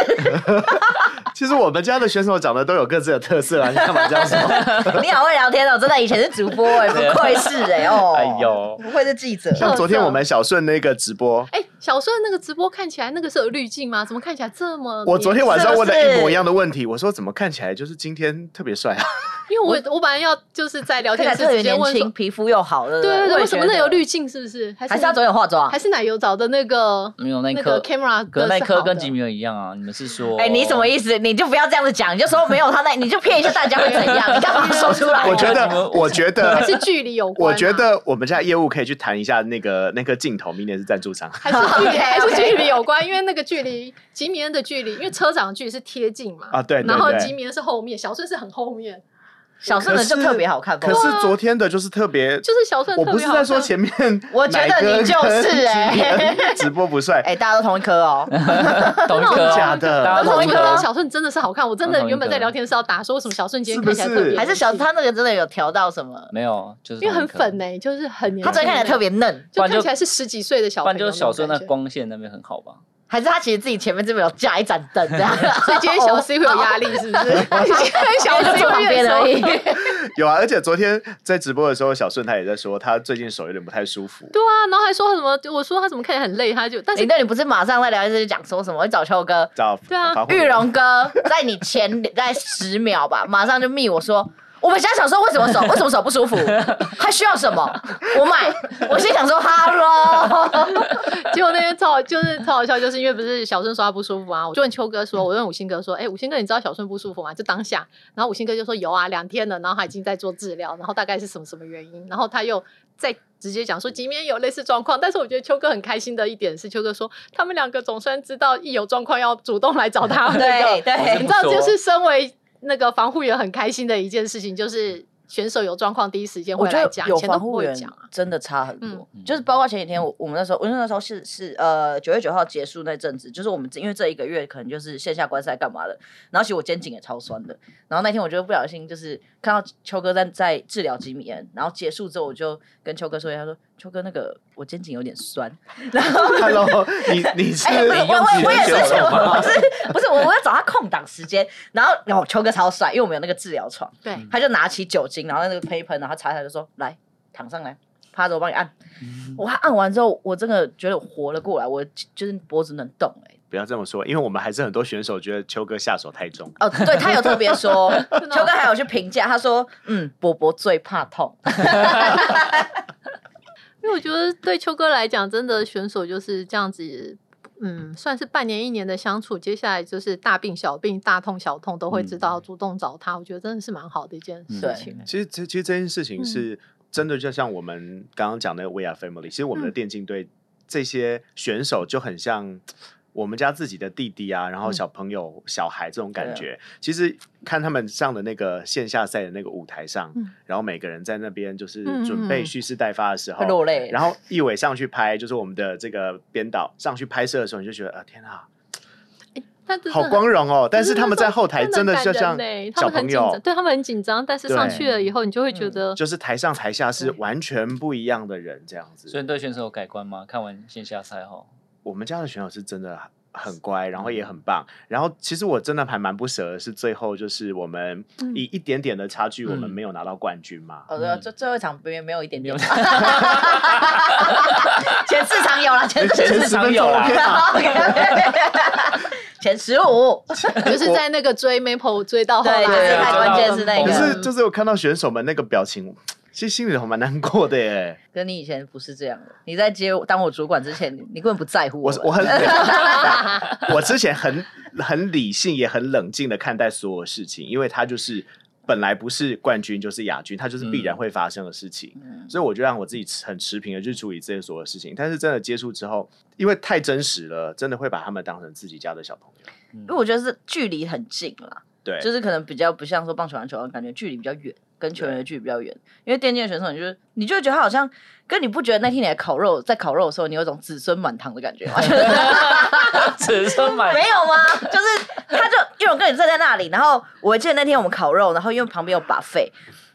Speaker 2: 其实我们家的选手长得都有各自的特色啊，你干嘛这样说？
Speaker 1: 你好会聊天哦，真的以前是主播哎，
Speaker 2: 啊
Speaker 1: 不愧是哎哦，
Speaker 3: 哎，呦，
Speaker 1: 不愧是记者。
Speaker 2: 像昨天我们小顺那个直播，
Speaker 5: 哎，小顺那个直播看起来那个是有滤镜吗？怎么看起来这么？
Speaker 2: 我昨天晚上问
Speaker 1: 是
Speaker 2: 了
Speaker 1: 不
Speaker 2: 一
Speaker 1: 是
Speaker 2: 模一样的问题，我说怎么看起来就是今天特别帅啊？
Speaker 5: 因为我我本来要就是在聊
Speaker 1: 看起
Speaker 5: 天
Speaker 1: 来
Speaker 5: 室
Speaker 1: 特别
Speaker 5: 直接
Speaker 1: 年
Speaker 5: 问说
Speaker 1: 轻，，皮肤又好了。
Speaker 5: 对对
Speaker 1: 我
Speaker 5: 对，
Speaker 1: 也
Speaker 5: 为什么
Speaker 1: 觉
Speaker 5: 那
Speaker 1: 得
Speaker 5: 有滤镜？是不是？还
Speaker 1: 还是他昨天有化妆
Speaker 5: 还？是奶油找的那个
Speaker 3: 没有那一
Speaker 5: 那
Speaker 3: 颗
Speaker 5: 个 camera
Speaker 3: 可
Speaker 5: 哥
Speaker 3: 那一
Speaker 5: 是
Speaker 3: 颗
Speaker 5: 好
Speaker 3: 跟
Speaker 5: 的
Speaker 3: 吉米尔一样啊，你们是
Speaker 2: 哦
Speaker 3: 说？
Speaker 1: 哎，你什么意思？你就不要这样子讲，你就说没有他那，你就骗一下大家会怎样？你干嘛说出来？啊
Speaker 2: 我觉
Speaker 3: 你
Speaker 2: 得，
Speaker 3: 们
Speaker 2: 我觉
Speaker 5: 还是
Speaker 2: 得，
Speaker 5: 距离有
Speaker 2: 啊
Speaker 5: 关、啊
Speaker 2: 我觉。得我们家业务可以去谈一下那个那颗镜头，明年是赞助商。
Speaker 5: 还是距
Speaker 1: OK，OK
Speaker 5: 离，还是距离有关，因为那个距离，吉米恩的距离，因为车长的距离是贴近嘛，
Speaker 2: 啊对对
Speaker 5: 然后
Speaker 2: 对
Speaker 5: 吉米恩是后面，小顺是很后面，
Speaker 1: 小顺的就特别好看，，
Speaker 2: 可是昨天的就是特别，
Speaker 5: 就是小顺
Speaker 2: 我
Speaker 5: 特
Speaker 2: 不
Speaker 5: 别
Speaker 2: 是
Speaker 5: 好
Speaker 2: 在说
Speaker 5: 看
Speaker 2: 前面
Speaker 1: 我觉得你就是哎
Speaker 2: 直播不帅，
Speaker 1: 哎，大家都同一颗哦，
Speaker 3: 同一
Speaker 5: 真
Speaker 3: 颗
Speaker 5: 的
Speaker 2: 假的
Speaker 3: 大家
Speaker 5: 但是
Speaker 3: 同
Speaker 5: 我
Speaker 3: 一
Speaker 5: 觉
Speaker 3: 颗
Speaker 5: 得
Speaker 3: 啊。
Speaker 5: 小顺真的是好看，我真的
Speaker 3: 同一个
Speaker 5: 原本在聊天室要打说什么小顺今天看起来特
Speaker 2: 是不
Speaker 5: 别
Speaker 2: 是
Speaker 1: 还是小
Speaker 5: 年轻
Speaker 1: 他那个真的有调到什么？
Speaker 3: 没有，就是
Speaker 5: 因为很
Speaker 3: 同一颗
Speaker 5: 粉，呢、就是很年轻。
Speaker 1: 他昨天看起来特
Speaker 5: 别，
Speaker 1: 别嫩，
Speaker 5: 就
Speaker 3: 不然就
Speaker 5: 看起来是十几岁的小
Speaker 3: 不
Speaker 5: 朋
Speaker 3: 然
Speaker 5: 友。
Speaker 3: 就是小顺那，光线那边很好吧？
Speaker 1: 还是他其实自己前面这边有架一盏灯这 样？
Speaker 5: 所以今天小 C 会有压力，是不是？ 今天小 C
Speaker 1: 就坐旁边而已。
Speaker 2: 有啊，而且昨天在直播的时候，小顺他也在说他最近手有点不太舒服。
Speaker 5: 对啊，然后还说什么？我说他怎么看起来很累，他就但
Speaker 1: 你
Speaker 5: 是
Speaker 1: 对你不是马上在聊天室就讲说什么？我找秋哥，
Speaker 2: 找
Speaker 5: 对啊
Speaker 2: 防护
Speaker 1: 玉
Speaker 2: 员
Speaker 1: 荣哥在你前在十秒吧，马上就密我说。我们家想说为什么手为什么手不舒 服，还需要什么？我买。我心想说哈喽，
Speaker 5: 结果那天超好就是超好笑，就是因为不是小顺说他不舒服啊，我就问秋哥说，我就问五星哥说，哎、五星哥你知道小顺不舒服吗？就当下，然后五星哥就说有啊，两天了，然后他已经在做治疗，然后大概是什么什么原因，然后他又再直接讲说今天有类似状况，但是我觉得秋哥很开心的一点是，秋哥说他们两个总算知道一有状况要主动来找他们、那个，你
Speaker 1: 对
Speaker 5: 知道，
Speaker 3: 不错
Speaker 5: 就是身为那个防护员很开心的一件事情，就是选手有状况第一时间
Speaker 1: 我
Speaker 5: 会
Speaker 1: 觉
Speaker 5: 来
Speaker 1: 得
Speaker 5: 讲，
Speaker 1: 有
Speaker 5: 以前都
Speaker 1: 防
Speaker 5: 不
Speaker 1: 护
Speaker 5: 会
Speaker 1: 员
Speaker 5: 讲啊。
Speaker 1: 真的差很多，
Speaker 3: 嗯
Speaker 1: 就是包括前几天我我们那时候，因为那时候是是呃九月九号结束那阵子，就是我们因为这一个月可能就是线下观赛干嘛的，然后其实我肩颈也超酸的，然后那天我就不小心就是看到秋哥在在治疗吉米恩，然后结束之后我就跟秋哥说一下，他说秋哥那个我肩颈有点酸，
Speaker 2: ，Hello，你你是
Speaker 1: 哎、不是我
Speaker 2: 你用
Speaker 1: 我
Speaker 2: 自己
Speaker 1: 我
Speaker 2: 的
Speaker 1: 也是，
Speaker 2: 选手吗？
Speaker 1: 我是不是我我要找他空档时间，然后然后秋哥超帅，因为我们有那个治疗床，
Speaker 5: 对，
Speaker 1: 他就拿起酒精，然后那个喷一喷，然后擦一擦就说来躺上来，趴着我帮你按。我按完之后，我真的觉得我活了过来，我就是脖子能动哎、
Speaker 2: 不要这么说，因为我们还是很多选手觉得秋哥下手太重。
Speaker 1: 哦，对他有特别 说，
Speaker 5: 的哦
Speaker 1: 秋哥还有去评价，他说嗯，伯伯最怕痛，
Speaker 5: 因为我觉得对秋哥来讲，真的选手就是这样子，嗯，算是半年一年的相处，接下来就是大病小病、大痛小痛都会知道，主动找他，我觉得真的是蛮好的一件
Speaker 3: 嗯
Speaker 5: 事情。
Speaker 2: 其实这其实这件事
Speaker 5: 嗯
Speaker 2: 情是真的，就像我们刚刚讲的 We Are Family，其实我们的
Speaker 5: 嗯
Speaker 2: 电竞队这些选手就很像。我们家自己的弟弟啊，然后
Speaker 5: 嗯
Speaker 2: 小朋友、小孩这种
Speaker 5: 啊
Speaker 2: 感觉，其实看他们上的那个线下赛的那个舞台上，
Speaker 5: 嗯
Speaker 2: 然后每个人在那边就是
Speaker 5: 嗯嗯
Speaker 2: 准备
Speaker 5: 嗯
Speaker 2: 蓄势待发的时候，
Speaker 1: 会落泪。
Speaker 2: 哦然后一伟上去拍，就是我们的这个编导上去拍摄的时候，你就觉得啊，天啊，
Speaker 5: 他真的
Speaker 2: 好
Speaker 5: 很
Speaker 2: 光荣哦！但是
Speaker 5: 可
Speaker 2: 他们在后台真的就像
Speaker 5: 真的很感人欸他
Speaker 2: 小
Speaker 5: 们很
Speaker 2: 朋
Speaker 5: 紧张，
Speaker 2: 友，
Speaker 5: 对他们很紧张，但是
Speaker 2: 对
Speaker 5: 上去了以后，你就会觉
Speaker 1: 嗯
Speaker 5: 得
Speaker 2: 就是台上台下是
Speaker 1: 对
Speaker 2: 完全不一样的人，这样
Speaker 3: 所以
Speaker 2: 子。
Speaker 3: 你对选手有改观吗？看完线下赛后，
Speaker 2: 我们家的选手是真的很乖，然后
Speaker 3: 嗯
Speaker 2: 也很棒。然后其实我真的还蛮不舍的是，最后就是我们
Speaker 5: 嗯
Speaker 2: 以一点点的差距，我们
Speaker 3: 嗯
Speaker 2: 没有拿到冠军 嘛。
Speaker 1: 哦，对，最最后一场没有没有一点
Speaker 3: 没
Speaker 1: 点
Speaker 3: 有，
Speaker 1: 前四场有了，前 四
Speaker 3: 前
Speaker 2: 前
Speaker 3: 四
Speaker 2: 十
Speaker 3: 场
Speaker 2: 分
Speaker 3: 有
Speaker 2: 钟
Speaker 3: 啦
Speaker 1: 前十五，
Speaker 5: 就是在那个追 Maple 追到后来，
Speaker 1: 对对
Speaker 3: 对
Speaker 5: 太
Speaker 3: 最关键
Speaker 1: 是那个
Speaker 2: 可
Speaker 1: 对
Speaker 3: 嗯
Speaker 2: 是就是我看到选手们那个表情，其实心里头蛮难过的耶。
Speaker 1: 跟你以前不是这样的。你在接我当我主管之前，你根本不在乎
Speaker 2: 我
Speaker 1: 我们
Speaker 2: 我很， 我之前很很理性也很冷静的看待所有事情，因为它就是本来不是冠军就是亚军，它就是
Speaker 3: 嗯
Speaker 2: 必然会发生的事情，
Speaker 1: 嗯
Speaker 2: 所以我就让我自己很持平的去处理这些所有事情。但是真的接触之后，因为太真实了，真的会把他们当成自己家的小朋友。
Speaker 1: 因为我觉得是距离很近啦，
Speaker 2: 对，
Speaker 1: 就是可能比较不像说棒球、篮球，感觉距离比较远，跟球员的距离比较远。因为电竞的选手，你就是你就会觉得他好像跟你不觉得那天你在烤肉，在烤肉的时候，你有种子孙满堂的感觉吗？ 就是
Speaker 3: 只剩买
Speaker 1: 没有吗？就是他就玉荣哥也站在那里，然后我记得那天我们烤肉，然后因为旁边有把费。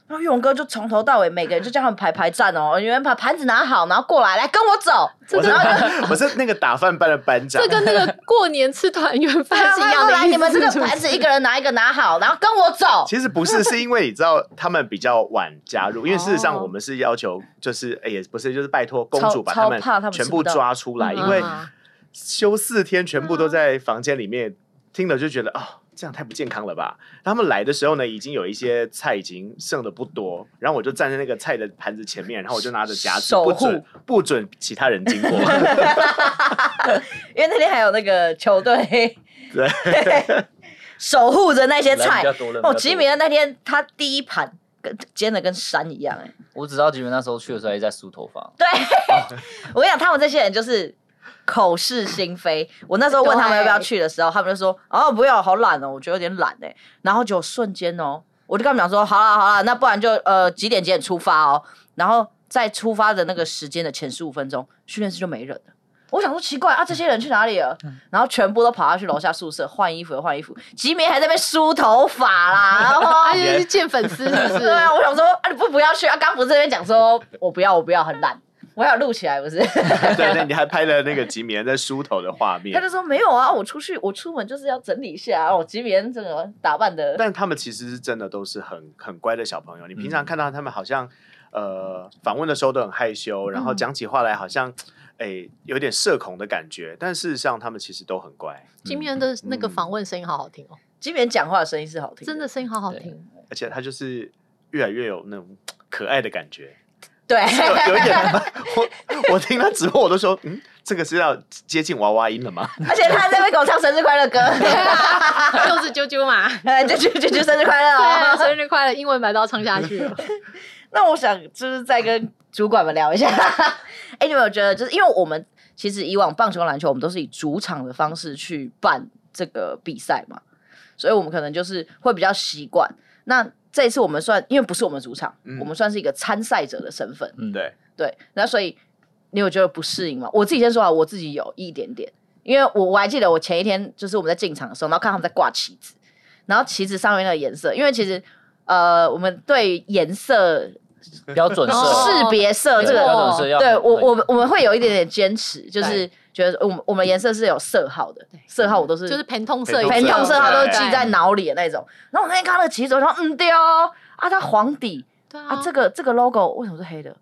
Speaker 1: 然后玉荣哥就从头到尾，每个人就叫他们排排站哦，你们把盘子拿好，然后过来，来跟我走。
Speaker 2: 我是 我是那个打饭班的班长
Speaker 5: 这，跟那个过年吃团圆
Speaker 2: 啊
Speaker 5: 饭是一样的意
Speaker 1: 来，
Speaker 5: 思。
Speaker 1: 你们这个
Speaker 5: 是不是
Speaker 1: 盘子一个人拿一个拿好，然后跟我走。
Speaker 2: 其实不是，是因为你知道他们比较晚加入，因为事实上
Speaker 5: 哦
Speaker 2: 我们是要求，就是哎、也不是，就是拜托公
Speaker 1: 超
Speaker 2: 主把
Speaker 1: 超
Speaker 2: 他们
Speaker 1: 怕他们
Speaker 2: 全
Speaker 1: 吃
Speaker 2: 部
Speaker 1: 不到
Speaker 2: 抓出来，因为
Speaker 5: 嗯
Speaker 2: 休四天全部
Speaker 1: 嗯
Speaker 2: 都在房间里面，听了就觉得哦，这样太不健康了吧。他们来的时候呢，已经有一些菜已经剩的不多，然后我就站在那个菜的盘子前面，然后我就拿着夹子
Speaker 1: 守护
Speaker 2: 不准不准其他 人经过，
Speaker 1: 因为那天还有那个球队
Speaker 2: 对，
Speaker 1: 守护着那些菜
Speaker 3: 比较。多人
Speaker 1: 哦，吉米，的那天他第一盘跟煎的跟山一样哎、
Speaker 3: 我只知道吉米那时候去的时候还在梳头 发，
Speaker 1: 我跟你讲，他们这些人就是口是心非。我那时候欸问他们要不要去的时候，他们就说：“哦，不要，好懒哦，我觉得有点懒哎。”然后就瞬间哦，我就跟他们讲说，好了好了，那不然就呃几点几点出发哦，然后在出发的那个时间的前十五分钟，训练室就没人了。我想说奇怪啊，这些人去哪里了？然后全部都跑下去楼下宿舍换衣服，换衣服。吉米还在那边梳头发啦，然后
Speaker 5: 而
Speaker 2: 啊
Speaker 5: 且是见粉丝，是不
Speaker 1: 对
Speaker 5: 是？
Speaker 1: 啊，我想说啊，你不不要去啊，刚不是这边讲说我不要我不要很懒， 我还有录起来不是？
Speaker 2: 对，那你还拍了那个吉米人在梳头的画面
Speaker 1: 他就。说没有啊，我出去我出门就是要整理一下啊，我吉米人整个打扮的，
Speaker 2: 但他们其实是真的都是很很乖的小朋友。你平常
Speaker 1: 嗯
Speaker 2: 看到他们好像，呃，访问的时候都很害羞，然后
Speaker 1: 嗯
Speaker 2: 讲起话来好像，哎、有点社恐的感觉。但事实上，他们其实都很乖，
Speaker 5: 金面的那个访问声音好好听哦，
Speaker 1: 吉米人讲话的声音是好听，
Speaker 5: 真的声音好好听。
Speaker 2: 而且他就是越来越有那种可爱的感觉。
Speaker 1: 对。
Speaker 2: 有有一点，我我听他直播我都说，嗯，这个是要接近娃娃音了吗？
Speaker 1: 而且他还在那边给我唱生日快乐歌，
Speaker 5: 就是啾啾嘛，
Speaker 1: 哎，就就就就生日快乐、
Speaker 5: 对，啊
Speaker 1: 哦。
Speaker 5: 生日快乐，英文白刀唱下去了。
Speaker 1: 那我想就是再跟主管们聊一下， 哎、你们有觉得就是因为我们其实以往棒球、篮球，我们都是以主场的方式去办这个比赛嘛，所以我们可能就是会比较习惯。那这一次我们算，因为不是我们主场，
Speaker 2: 嗯
Speaker 1: 我们算是一个参赛者的身份，
Speaker 3: 嗯，
Speaker 2: 对，
Speaker 1: 对，那所以你有觉得不适应吗？我自己先说啊，我自己有一点点，因为我我还记得我前一天就是我们在进场的时候，然后看他们在挂旗子，然后旗子上面那个颜色，因为其实呃，我们对颜色
Speaker 3: 标准色，
Speaker 5: 哦
Speaker 1: 识别色啊这
Speaker 3: 对
Speaker 1: 个
Speaker 3: 标准色
Speaker 1: 哦
Speaker 3: 要
Speaker 1: 对
Speaker 3: 很
Speaker 1: 我，
Speaker 3: 很
Speaker 1: 我们我们会有一点点坚持，就是觉得我们我们颜色是有色号的，色号我都是
Speaker 5: 就是啊疼 痛色，
Speaker 1: 粉
Speaker 2: 陪
Speaker 1: 红
Speaker 2: 同
Speaker 1: 色号都是记
Speaker 5: 对
Speaker 1: 在脑里的那种。然后我那天看到那个旗子，我说嗯对哦，啊它黄底
Speaker 5: 对
Speaker 1: 啊
Speaker 5: 啊，
Speaker 1: 这个这个 logo 为什么是黑的？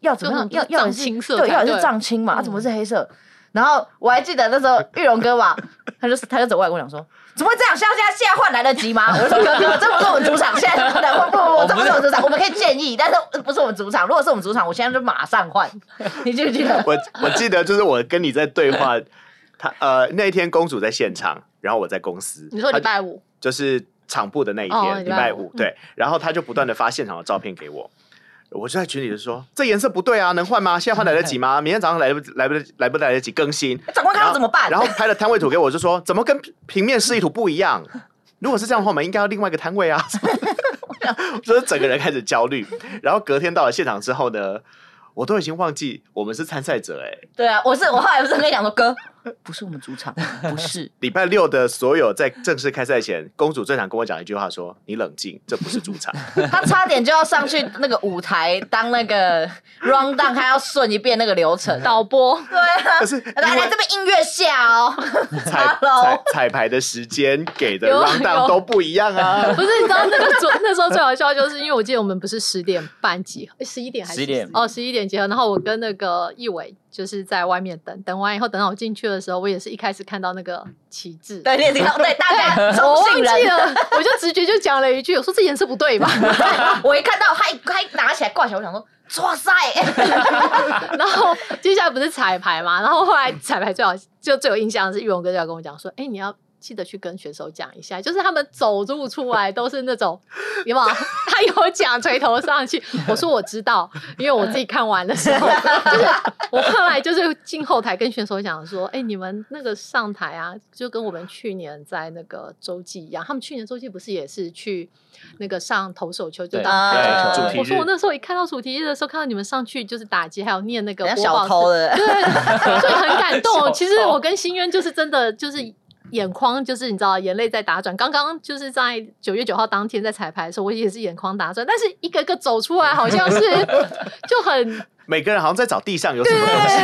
Speaker 1: 要怎么样？
Speaker 5: 就
Speaker 1: 要
Speaker 5: 很
Speaker 1: 要也
Speaker 5: 藏
Speaker 1: 是
Speaker 5: 青色
Speaker 1: 对，
Speaker 5: 才
Speaker 1: 要也是
Speaker 5: 对
Speaker 1: 藏青嘛，啊
Speaker 5: 嗯
Speaker 1: 怎么是黑色？然后我还记得那时候玉龙哥吧，他就他就走过来跟我讲说，怎么会这样？现在现在换来得及吗？我说哥哥，这不是我们主场，现在不能，不不不，这不是我们主场，我们可以建议，但是呃不是我们主场。如果是我们主场，我现在就马上换。你记不记得？
Speaker 2: 我我记得就是我跟你在对话，他呃那一天公主在现场，然后我在公司，
Speaker 5: 你说礼
Speaker 2: 她
Speaker 5: 拜五，
Speaker 2: 就是场部的那一
Speaker 5: 哦
Speaker 2: 天，
Speaker 5: 礼
Speaker 2: 礼
Speaker 5: 拜
Speaker 2: 拜
Speaker 5: 五
Speaker 2: 五对，然后他就不断的发现场的照片给我。我就在群里就说：“这颜色不对啊，能换吗？现在换来得及吗？明天早上来不来不来不来得及更新？
Speaker 1: 长官看到怎么办？
Speaker 2: 然后拍了摊位图给我，就说怎么跟平面示意图不一样？如果是这样的话，我们应该要另外一个摊位啊。 就是整个人开始焦虑。然后隔天到了现场之后呢，我都已经忘记我们是参赛者哎、
Speaker 1: 对啊，我是我后来不是跟你讲说，哥，不是我们主场，不 是。
Speaker 2: 礼拜六的所有在正式开赛前，公主最常跟我讲一句话说：“你冷静，这不是主场。
Speaker 1: 他差点就要上去那个舞台当那个 round down，他要顺一遍那个流程。
Speaker 5: 导播，
Speaker 1: 对啊，
Speaker 2: 可是
Speaker 1: 他说
Speaker 2: 因为
Speaker 1: 来这边音乐下哦，
Speaker 2: 彩
Speaker 1: Hello
Speaker 2: 彩彩排的时间给的
Speaker 5: 有
Speaker 2: round
Speaker 5: 有
Speaker 2: down 都不一样啊。
Speaker 5: 不是你知道那个昨那时候最好笑，就是因为我记得我们不是十点半集合， 十一点还是
Speaker 3: 11点
Speaker 5: 哦，十一点集合。然后我跟那个义伟就是在外面等，等完以后，等到我进去的时候，我也是一开始看到那个旗帜，
Speaker 1: 对，你也知道，对大 家
Speaker 5: 我
Speaker 1: 中
Speaker 5: 忘
Speaker 1: 性
Speaker 5: 记
Speaker 1: 人。
Speaker 5: 了，我就直觉就讲了一句，我说这颜色不对吧？
Speaker 1: 我一看到他一他一拿起来挂起来，我想说，哇塞！
Speaker 5: 然后接下来不是彩排嘛，然后后来彩排最好就最有印象的是玉龙哥就要跟我讲说，哎、你要。记得去跟选手讲一下，就是他们走路出来都是那种，有没有？ 他有讲垂头丧气，我说我知道，因为我自己看完的时候，就是我后来就是进后台跟选手讲说，哎、你们那个上台啊，就跟我们去年在那个洲际一样，他们去年洲际不是也是去那个上投手球，就
Speaker 3: 对
Speaker 5: 当
Speaker 1: 啊
Speaker 2: 对，主题
Speaker 5: 我
Speaker 2: 日
Speaker 5: 说我那时候一看到主题日的时候，看到你们上去就是打击，还 有念 那个
Speaker 1: 人家
Speaker 5: 国宝
Speaker 1: 小偷的，
Speaker 5: 对，所以很感
Speaker 3: 小
Speaker 5: 动。
Speaker 3: 偷
Speaker 5: 其实我跟心渊就是真的就是。眼眶就是你知道，眼泪在打转。刚刚就是在九月九号当天在彩排的时候，我也是眼眶打转，但是一个个走出来，好像是就很
Speaker 2: 每个人好像在找地上有什么东西。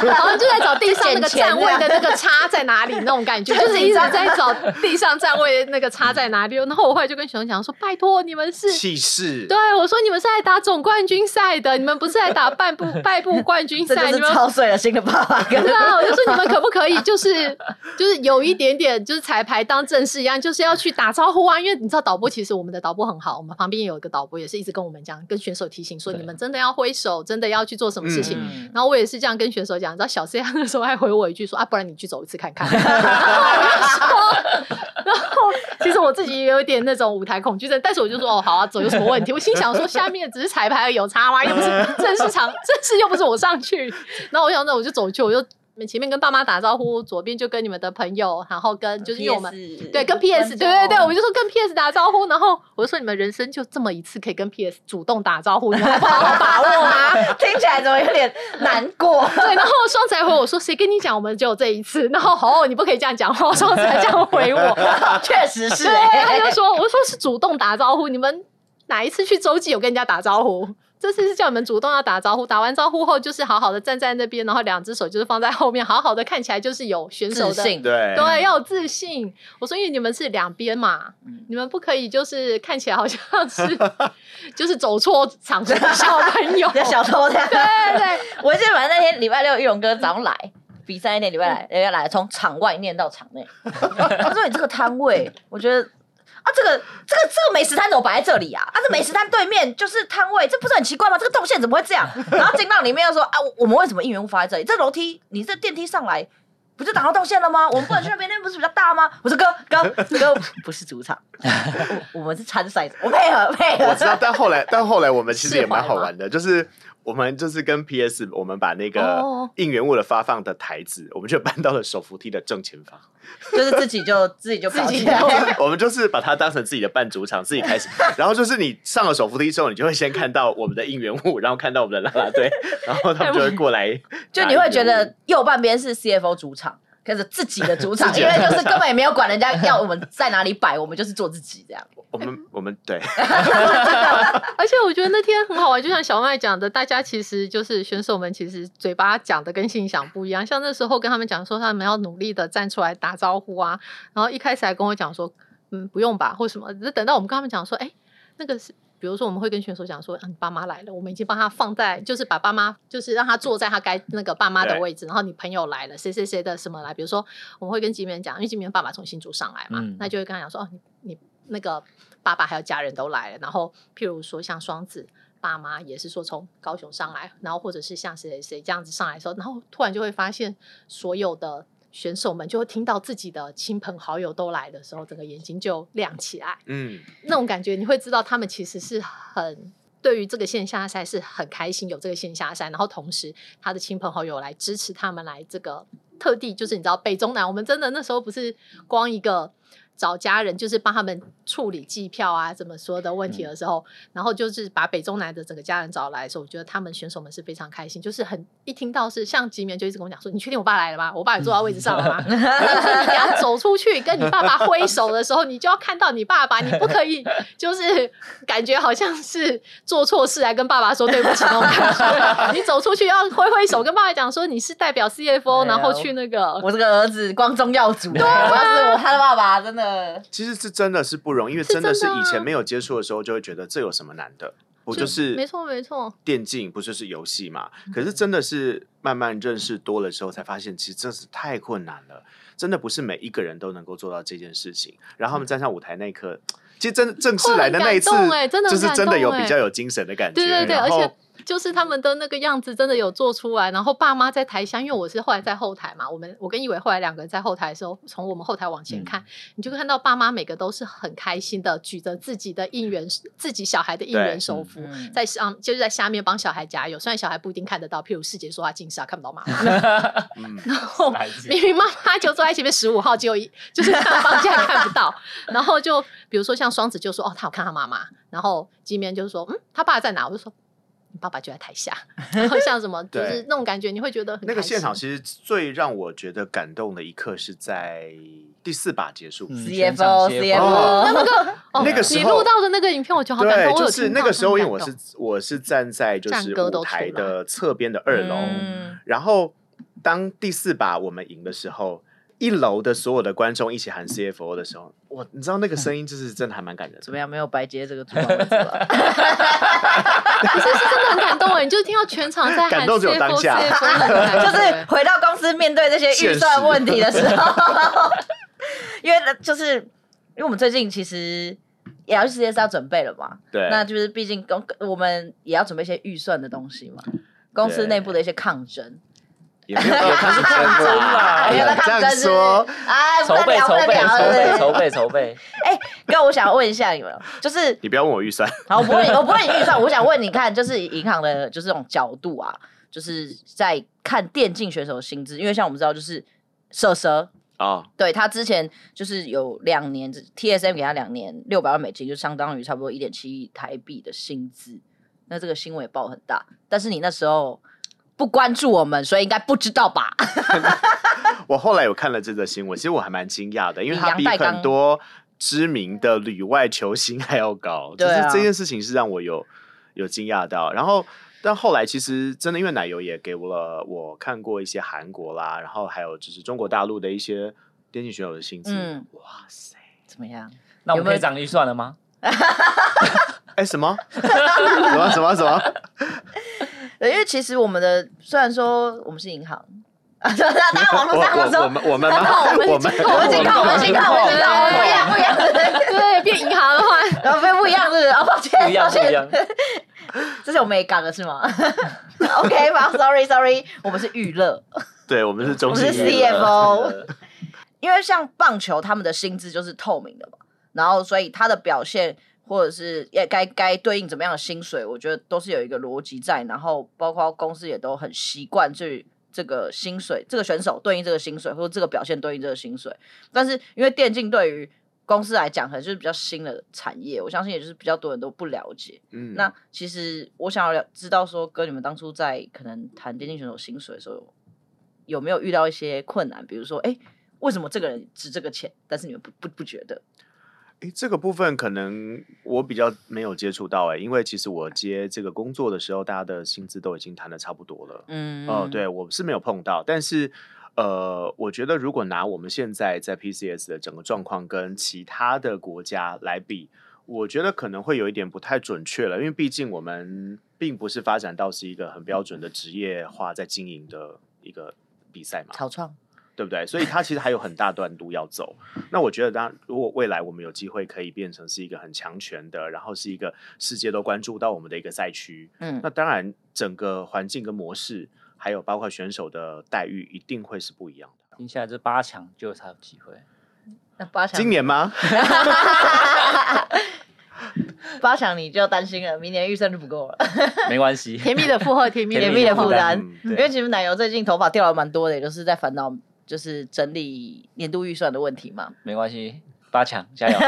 Speaker 5: 对，好像就在找地上那个站位的那个叉在哪里那种感觉，就是一直在找地上站位那个叉在哪里。然后我后来就跟熊讲说：“拜托，你们是
Speaker 2: 气势，
Speaker 5: 对，我说你们是来打总冠军赛的，你们不是来打 半部败部冠军
Speaker 1: 这
Speaker 5: 赛，
Speaker 1: 就
Speaker 5: 你
Speaker 1: 是
Speaker 5: 们。
Speaker 1: 操碎了心的爸爸跟
Speaker 5: 对啊，我就说你们可不 可以，就是就是有一点点，就是彩排当正式一样，就是要去打招呼啊。因为你知道导播其实我们的导播很好，我们旁边有一个导播也是一直跟我们讲，跟选手提醒说
Speaker 3: 对
Speaker 5: 你们真的要挥手，真的要去做什么事情。
Speaker 3: 嗯
Speaker 5: 然后我也是这样跟选手讲，你知道小 C 他 那时候还回我一句说啊，不然你去走一次看看。 然后我就说， 然后其实我自己也有一点那种舞台恐惧症，但是我就说哦好啊，走有什么问题？我心想说下面只 是彩排而已有差吗？又不是正式场，正式又不是我上去。然后我想那我就走去，我就你前面跟爸妈打招呼，左边就跟你们的朋友，然后跟 就是因为我们
Speaker 1: PS
Speaker 5: 对，跟 PS，对对
Speaker 1: 呃观
Speaker 5: 对，
Speaker 1: 众
Speaker 5: 我们就说跟 PS 打招呼，然后我就说你们人生就这么一次可以跟 PS 主动打招呼，你们还不好好把握啊吗？
Speaker 1: 啊 听起来怎么有点难 过？
Speaker 5: 对，然后双子还回我说谁跟你讲我们只有这一次？然后哦，你不可以这样讲话，双子还这样回我，
Speaker 1: 确实是、
Speaker 5: 对，啊
Speaker 1: 欸，
Speaker 5: 他就说我说是主动打招呼，你们哪一次去洲际有跟人家打招呼？这次是叫你们主动要打招呼，打完招呼后就是好好的站在那边，然后两只手就是放在后面，好好的看起来就是有选手
Speaker 1: 自
Speaker 5: 的
Speaker 1: 信。
Speaker 2: 对
Speaker 5: 对，要有自信。我说，因为你们是两边嘛，
Speaker 1: 嗯
Speaker 5: 你们不可以就是看起来好像是 就是走错场合的小 朋友。
Speaker 1: 你的小偷这样。
Speaker 5: 对对，
Speaker 1: 我记得反正那天礼拜六，玉龙哥早上来比赛那天礼拜
Speaker 2: 嗯
Speaker 1: 来，礼拜来从场外念到场内。他说：“你这个摊位，我觉得啊，这个这个这个美食摊怎么摆在这里啊？啊，这美食摊对面就是摊位，这不是很奇怪吗？这个动线怎么会这样？”然后进到里面又说：“啊，我我们为什么应援物放在这里？这楼梯，你这电梯上来。”不就打到动线了吗？我们不能去那边，那边不是比较大吗？我说哥哥哥，不是主场， 我我们是参赛者，我配合配合。
Speaker 2: 我知道，但后来但后来我们其实也蛮
Speaker 5: 释
Speaker 2: 好
Speaker 5: 怀吗
Speaker 2: 玩的，就是我们就是跟 PS，我们把那个
Speaker 5: 哦
Speaker 2: 应援物的发放的台子，我们就搬到了手扶梯的正前方，
Speaker 1: 就是自己就自己就搞
Speaker 5: 自己
Speaker 1: 起来，
Speaker 5: 就
Speaker 2: 我们就是把它当成自己的半主场，自己开始。 然后就是你上了手扶梯之后，你就会先看到我们的应援物，然后看到我们的啦啦队，然后他们就会过来
Speaker 1: 就你会觉得。右半边是 CFO 主场，可是自己的主场，
Speaker 2: 自己
Speaker 1: 因
Speaker 2: 的
Speaker 1: 为就是根本也没有管人家要我们在哪里摆，我们就是做自己这样。
Speaker 2: 我们我们对，
Speaker 5: 而且我觉得那天很好玩，就像小麦讲的，大家其实就是选手们，其实嘴巴讲的跟心想不一样。像那时候跟他们讲说，他们要努力的站出来打招呼啊，然后一开始还跟我讲说，嗯，不用吧，或什么。只是等到我们跟他们讲说，哎，那个是。比如说，我们会跟选手讲说：“啊，你爸妈来了，我们已经帮他放在，就是把爸妈，就是让他坐在他该那个爸妈的
Speaker 2: 对
Speaker 5: 位置。然后你朋友来了，谁谁谁的什么来？比如说，我们会跟吉明讲，因为吉明爸爸从新竹上来嘛，
Speaker 1: 啊
Speaker 3: 嗯
Speaker 5: 那 就会跟他讲说：哦，你你那个爸爸还有家人都来了。然后，譬如说像双子爸妈也是说从高雄上来，然后或者是像谁谁谁这样子上来的时候，然后突然就会发现所有的选手们就会听到自己的亲朋好友都来的时候，整个眼睛就亮起来。
Speaker 2: 嗯，
Speaker 5: 那种感觉，你会知道他们其实是很对于这个线下赛是很开心，有这个线下赛，然后同时他的亲朋好友来支持他们来这个特地，就是你知道北中南，我们真的那时候不是光一个。找家人就是帮他们处理计票啊，怎么说的问题的时候，然后就是把北中南的整个家人找来的时候，我觉得他们选手们是非常开心，就是很一听到是像吉棉就一直跟我讲说，你确定我爸来了吗？我爸也坐到位置上了 吗？就是你要走出去跟你爸爸挥手的时候，你就要看到你爸爸，你不可 以就是感觉好像是做错事来跟爸爸说对不起那种感觉。你走出去要挥挥手，跟爸爸讲说你是代表 CFO，
Speaker 1: 哎呀
Speaker 5: 然后去那个
Speaker 1: 我这个儿子光宗耀祖，要是我他的爸爸，真的
Speaker 2: 其实是真的是不容易，因为
Speaker 5: 是
Speaker 2: 真的是
Speaker 5: 真的啊
Speaker 2: 以前没有接触的时候，就会觉得这有什么难的。不就是
Speaker 5: 没错没错，
Speaker 2: 电竞不就是游戏嘛？可
Speaker 5: 嗯
Speaker 2: 是真的是慢慢认识多了之后，才发现其实真是太困难了，真的不是每一个人都能够做到这件事情。然后他们站上舞台那一刻，其实真正式来的那一次
Speaker 5: 嗯会很感动欸真，的
Speaker 2: 就
Speaker 5: 很
Speaker 2: 是
Speaker 5: 感动欸
Speaker 2: 真的有比较有精神的感觉。
Speaker 5: 对对对，而
Speaker 2: 然后
Speaker 5: 且就是他们的那个样子真的有做出来，然后爸妈在台下，因为我是后来在后台嘛，我们我跟一伟后来两个人在后台的时候，从我们后台往
Speaker 2: 嗯
Speaker 5: 前看，你就看到爸妈每个都是很开心的，举着自己的应援自己小孩的应援手幅。
Speaker 1: 嗯
Speaker 5: 在上就是在下面帮小孩加油，虽然小孩不一定看得到，譬如世杰说他近视啊看不到妈 妈，
Speaker 2: 嗯，
Speaker 3: 孩 子
Speaker 5: 明明妈妈就坐在前面十五号，只有一就是上方竟然看不到。然后就比如说像双子就说哦，他有看他妈妈，然后金面就说嗯，他爸在哪？我就说你爸爸就在台下。然后像什么就
Speaker 2: 对
Speaker 5: 是那种感觉，你会觉得很
Speaker 2: 那个
Speaker 5: 开心
Speaker 2: 现场其实最让我觉得感动的一刻是在第四把结束。
Speaker 3: 嗯全场
Speaker 1: CFO
Speaker 3: 切
Speaker 1: CFO，
Speaker 5: 哦
Speaker 2: 那个时
Speaker 5: 你
Speaker 2: 候
Speaker 5: 录到的那个影片，我觉得好感
Speaker 2: 对
Speaker 5: 动。，我有
Speaker 2: 就是
Speaker 5: 听
Speaker 2: 那
Speaker 5: 到
Speaker 2: 个时候，
Speaker 5: 很
Speaker 2: 因为
Speaker 5: 感
Speaker 2: 我是
Speaker 5: 动
Speaker 2: 我是站在就
Speaker 5: 战
Speaker 2: 是
Speaker 5: 歌都
Speaker 2: 舞台
Speaker 5: 出来
Speaker 2: 的侧边的二楼，
Speaker 1: 嗯
Speaker 2: 然后当第四把我们赢的时候，一楼的所有的观众一起喊 CFO 的时候，哇，你知道那个声音就是真的还蛮感人
Speaker 1: 怎
Speaker 2: 的。
Speaker 1: 么样？没有白接这个主管位置了。
Speaker 5: 可是是真的很感动哎，你就听到全场在喊
Speaker 2: 感动只有
Speaker 5: CFO
Speaker 2: 当下
Speaker 5: CFO 的感觉
Speaker 1: 就是回到公司面对这些预算问题的时候，因为就是因为我们最近其实也要去 CS 要准备了嘛，
Speaker 2: 对，
Speaker 1: 那就是毕竟公我们也要准备一些预算的东西嘛，
Speaker 3: 嗯
Speaker 1: 公司
Speaker 2: 对
Speaker 1: 内部的一些抗争，
Speaker 2: 也没有，他是真 的。
Speaker 3: 真啦
Speaker 2: 哎呀
Speaker 1: 有没有
Speaker 2: 这
Speaker 1: 抗争
Speaker 2: 样
Speaker 1: 是不是
Speaker 2: 说，
Speaker 1: 哎，不
Speaker 3: 筹
Speaker 1: 能
Speaker 3: 备
Speaker 1: 聊，
Speaker 3: 筹
Speaker 1: 不能
Speaker 3: 备
Speaker 1: 聊，对。
Speaker 3: 筹备筹备筹备，
Speaker 1: 哥，我想问一下你们，就是
Speaker 2: 你不要问我预算，
Speaker 1: 好，我不问你，我不问你预算，我想问你看，就是以银行的，就是这种角度啊，就是在看电竞选手的薪资，因为像我们知道，就是蛇蛇，
Speaker 2: 啊，
Speaker 1: 对他之前就是有两年，TSM 给他两年六百万美金，就相当于差不多一点七亿台币的薪资。那这个新闻也报很大，但是你那时候不关注我们，所以应该不知道吧？
Speaker 2: 我后来有看了这则新闻，其实我还蛮惊讶的，因为
Speaker 1: 比
Speaker 2: 它
Speaker 1: 杨
Speaker 2: 比
Speaker 1: 代刚
Speaker 2: 很多知名的旅外球星还要高，就
Speaker 1: 对
Speaker 2: 是
Speaker 1: 啊
Speaker 2: 这件事情是让我有有惊讶到。然后，但后来其实真的，因为奶油也给我了我看过一些韩国啦，然后还有就是中国大陆的一些电竞选手的薪资，
Speaker 1: 嗯
Speaker 2: 哇塞！
Speaker 1: 怎么样？
Speaker 6: 那我
Speaker 1: 有
Speaker 6: 们
Speaker 1: 没
Speaker 6: 可以
Speaker 1: 有
Speaker 6: 涨预算了吗？
Speaker 2: 哎，什么？ 什么什么什么？
Speaker 1: 啊对，因为其实我们的虽然说我们是银行， 啊，大家网络上都
Speaker 2: 我
Speaker 1: 说
Speaker 2: 我我们我们吗？我们
Speaker 1: 我们警告，我们警告，我们警告，我们不一样，不一样，
Speaker 5: 对，变银行的话，
Speaker 1: 然后不不一样，是不是？哦，抱歉，
Speaker 6: 不一样，
Speaker 1: 抱
Speaker 6: 不一
Speaker 1: 歉
Speaker 6: 样，。
Speaker 1: 这是我们也港了是吗 ？OK，好，Sorry，Sorry，我们是娱乐，
Speaker 2: 对，我们是中
Speaker 1: 我
Speaker 2: 心
Speaker 1: 们
Speaker 2: 娱
Speaker 1: 是
Speaker 2: 乐
Speaker 1: CFO 因为像棒球他们的薪资就是透明的嘛，然后所以他的表现或者是也该该对应怎么样的薪水，我觉得都是有一个逻辑在，然后包括公司也都很习惯去。这个薪水，这个选手对应这个薪水，或者这个表现对应这个薪水，但是因为电竞对于公司来讲，可能就是比较新的产业，我相信也就是比较多人都不了解。
Speaker 2: 嗯，
Speaker 1: 那其实我想要了知道说，哥你们当初在可能谈电竞选手薪水的时候，有没有遇到一些困难？比如说，哎、为什么这个人值这个钱，但是你们不不不觉得？
Speaker 2: 诶，这个部分可能我比较没有接触到诶，因为其实我接这个工作的时候，大家的薪资都已经谈的差不多了。
Speaker 1: 嗯
Speaker 2: 哦、对，我是没有碰到，但是呃，我觉得如果拿我们现在在 PCS 的整个状况跟其他的国家来比，我觉得可能会有一点不太准确了，因为毕竟我们并不是发展到是一个很标准的职业化在经营的一个比赛嘛。
Speaker 1: 草创，
Speaker 2: 对不对？所以它其实还有很大段路要走。那我觉得，当然如果未来我们有机会可以变成是一个很强权的，然后是一个世界都关注到我们的一个赛区，
Speaker 1: 嗯
Speaker 2: 那当然整个环境跟模式，还有包括选手的待遇，一定会是不一样的。
Speaker 3: 听起来这八强就有才有机会。
Speaker 1: 那八强，
Speaker 2: 今年 吗？
Speaker 1: 八强你就担心了，明年预算就不够了，
Speaker 3: 没关 系，
Speaker 5: 甜蜜的负荷，甜蜜
Speaker 1: 甜
Speaker 5: 的
Speaker 1: 蜜的
Speaker 5: 负
Speaker 1: 负
Speaker 5: 荷。
Speaker 1: 担。
Speaker 2: 嗯
Speaker 1: 因
Speaker 2: 对
Speaker 1: 为其实奶油最近头发掉了蛮多的，也就是在烦恼就是整理年度预算的问题嘛。
Speaker 3: 没关系，八强 加油！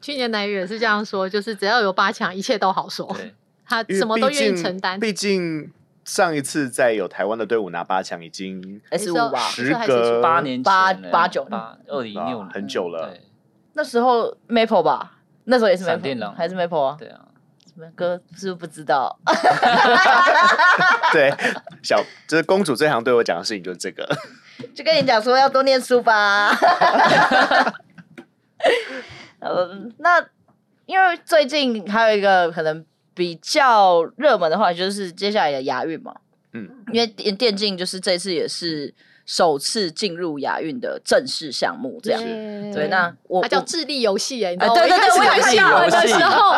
Speaker 5: 去年男友也是这样说，就是只要有八强，一切都好说，
Speaker 3: 对，
Speaker 5: 他
Speaker 2: 因为
Speaker 5: 什么都
Speaker 2: 毕
Speaker 5: 愿意
Speaker 2: 竟
Speaker 5: 承担。
Speaker 2: 毕竟上一次在有台湾的队伍拿八强，已经
Speaker 1: S 五
Speaker 5: 那时候
Speaker 1: 吧，
Speaker 5: 那时候还
Speaker 2: 时隔
Speaker 5: 是
Speaker 3: 八年
Speaker 1: 八
Speaker 3: 前了
Speaker 1: 八九
Speaker 3: 八二零一六
Speaker 2: 啊
Speaker 3: 年
Speaker 2: 很久了。
Speaker 3: 对
Speaker 1: 那时候 Maple 吧，那时候也是
Speaker 3: 闪电
Speaker 1: Maple，
Speaker 3: 狼
Speaker 1: 还是 Maple 啊？
Speaker 3: 对啊，
Speaker 1: 什么哥是不是不知道？
Speaker 2: 对小就是公主最常对我讲的事情就是这个。
Speaker 1: 就跟你讲说要多念书 吧。呃，那因为最近还有一个可能比较热门的话，就是接下来的亚运嘛。
Speaker 2: 嗯，
Speaker 1: 因为电电竞就是这次也是首次进入亚运的正式项目，这样。
Speaker 5: 对
Speaker 1: 对，那我
Speaker 5: 它叫
Speaker 1: 我
Speaker 5: 智力游戏耶，你知道
Speaker 1: 哎对
Speaker 5: 我一
Speaker 1: 对
Speaker 5: 开
Speaker 1: 对
Speaker 5: 始
Speaker 1: 我有印
Speaker 5: 看新闻
Speaker 3: 象
Speaker 5: 的时候，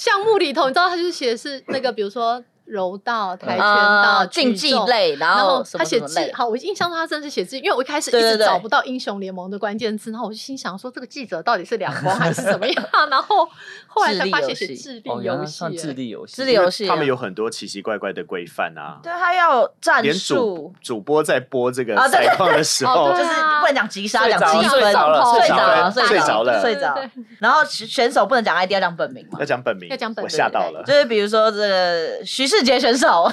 Speaker 5: 项目里头你知道他就写的是那个，比如说柔道、跆拳
Speaker 1: 啊
Speaker 5: 道、
Speaker 1: 竞
Speaker 5: 举
Speaker 1: 技
Speaker 5: 重。
Speaker 1: 类，然
Speaker 5: 然
Speaker 1: 后
Speaker 5: 后
Speaker 1: 什么
Speaker 5: 他写
Speaker 1: 什么
Speaker 5: 字
Speaker 1: 类，，
Speaker 5: 好，我印象中他真的是写字，因为我一开始一
Speaker 1: 对对
Speaker 5: 直
Speaker 1: 对
Speaker 5: 找不到英雄联盟的关键字，然后我就心想说这个记者到底是两光还是怎么样？ 然后后来才发现写智力
Speaker 3: 哦，原来
Speaker 5: 游戏哎
Speaker 3: 算智
Speaker 5: 耶，
Speaker 3: 力游戏，
Speaker 1: 智力游戏啊
Speaker 2: 他们有很多奇奇怪怪的规范啊。
Speaker 1: 对他要战
Speaker 2: 连
Speaker 1: 术
Speaker 2: 主，主播在播这个
Speaker 1: 啊对
Speaker 2: 赛况的时
Speaker 5: 哦
Speaker 2: 候
Speaker 5: 对
Speaker 1: 就是不能讲击杀，
Speaker 3: 睡
Speaker 1: 讲
Speaker 3: 着了
Speaker 1: 积
Speaker 3: 睡
Speaker 1: 分，哦
Speaker 3: 着了
Speaker 1: 睡
Speaker 5: 睡
Speaker 1: 着
Speaker 5: 着
Speaker 1: 了，
Speaker 5: 了
Speaker 1: 睡着了，
Speaker 5: 睡
Speaker 1: 睡
Speaker 5: 着
Speaker 1: 着
Speaker 5: 了
Speaker 1: 了。然后选选手不能讲 ID，要讲本名嘛
Speaker 2: 要。讲本名，
Speaker 5: 要讲本
Speaker 2: 我
Speaker 5: 名
Speaker 2: 吓到了
Speaker 1: 就。是比如说这个徐世杰选手，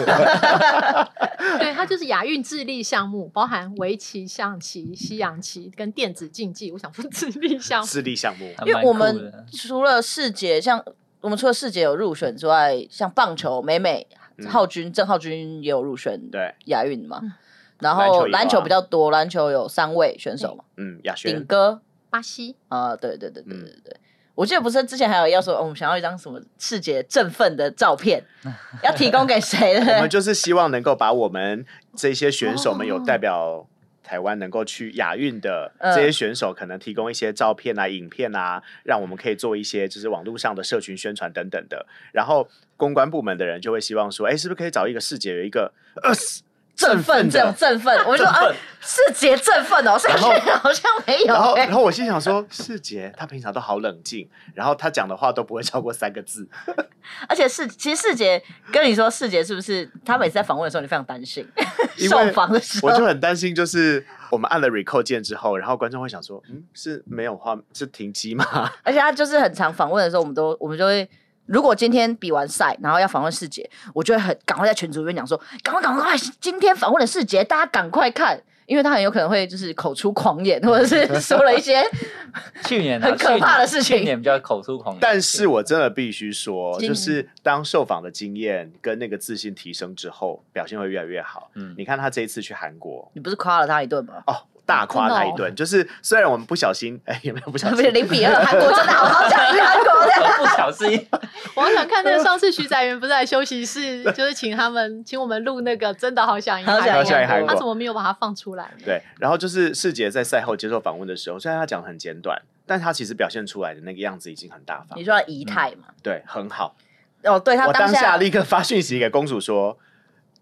Speaker 5: 对，它就是亚运智力项目，包含围棋、象棋、西洋棋跟电子竞技。我想说智力项目，
Speaker 2: 智力项目，
Speaker 3: 还
Speaker 1: 因为
Speaker 3: 蛮酷
Speaker 1: 我
Speaker 3: 的
Speaker 1: 们除了世杰，像我们除了世杰有入选之外，像棒球美美、
Speaker 2: 嗯
Speaker 1: 浩君、郑浩君也有入选
Speaker 2: 对，
Speaker 1: 亚运嘛
Speaker 5: 嗯。
Speaker 1: 然
Speaker 2: 篮球
Speaker 1: 后
Speaker 2: 也有啊
Speaker 1: 篮球比较多，篮球有三位选手嘛，
Speaker 2: 嗯，亚
Speaker 1: 顶
Speaker 2: 轩，
Speaker 1: 哥
Speaker 5: 巴西
Speaker 1: 啊，对对对对
Speaker 2: 嗯
Speaker 1: 对对。我记得不是之前还有要说，哦我们想要一张什么世杰振奋的照 片，要提供给谁
Speaker 2: 我们
Speaker 1: 的？
Speaker 2: 就是希望能够把我们这些选手们有代表台湾能够去亚运的
Speaker 1: 嗯
Speaker 2: 这些选手，可能提供一些照片啊、影片啊，让我们可以做一些就是网络上的社群宣传等等的。然后公关部门的人就会希望说，哎，是不是可以找一个世界有一个二十
Speaker 1: 振奋这种振奋，我就说啊，世杰振奋哦，世
Speaker 2: 然后
Speaker 1: 杰好像没有
Speaker 2: 然后，
Speaker 5: 哎
Speaker 1: 欸
Speaker 2: 然后我心想说，世杰他平常都好冷静，然后他讲的话都不会超过三个 字。
Speaker 1: 而且世其实世杰跟你说，世杰是不是他每次在访问的时候你非常担心
Speaker 2: 因为
Speaker 1: 受访的时
Speaker 2: 我就
Speaker 1: 候，
Speaker 2: 很担心，就是我们按了 record 键之后，然后观众会想说，嗯，是没有话是停机 吗？
Speaker 1: 而且他就是很常访问的时候，我们都我们就会。如果今天比完赛，然后要访问世杰，我就会很赶快在群组里面讲说，赶快赶快，赶快今天访问的世杰，大家赶快看，因为他很有可能会就是口出狂言，或者是说了一 些
Speaker 3: 去年啊
Speaker 1: 很可怕的事情
Speaker 3: 去年去年比较口出狂言，
Speaker 2: 但是我真的必须说，
Speaker 1: 今
Speaker 2: 就是当受访的经验跟那个自信提升之后，表现会越来越好。
Speaker 3: 嗯
Speaker 2: 你看他这一次去韩国，
Speaker 1: 你不是夸了他一顿吗？
Speaker 2: 哦，大夸他
Speaker 5: 真的哦
Speaker 2: 一顿，就是虽然我们不小心， 哎，有没有不小
Speaker 1: 不
Speaker 2: 心
Speaker 1: 是？零比二，韩国真的好好讲韩国的。
Speaker 3: 不小 心，
Speaker 5: 我好想看那个上次徐载元不是来休息室，就是请他们请我们录那个，真的好想赢
Speaker 1: 好
Speaker 5: 韩
Speaker 1: 想赢
Speaker 5: 国，
Speaker 1: 好想
Speaker 2: 赢韩国
Speaker 5: 他怎么没有把它放出来？
Speaker 2: 对，然后就是世杰在赛后接受访问的时候，虽然他讲的很简短，但他其实表现出来的那个样子已经很大方
Speaker 1: 你，说的仪态嘛？
Speaker 2: 对，很好。
Speaker 1: 哦，对他
Speaker 2: 我当
Speaker 1: 下
Speaker 2: 下立刻发讯息给公主说，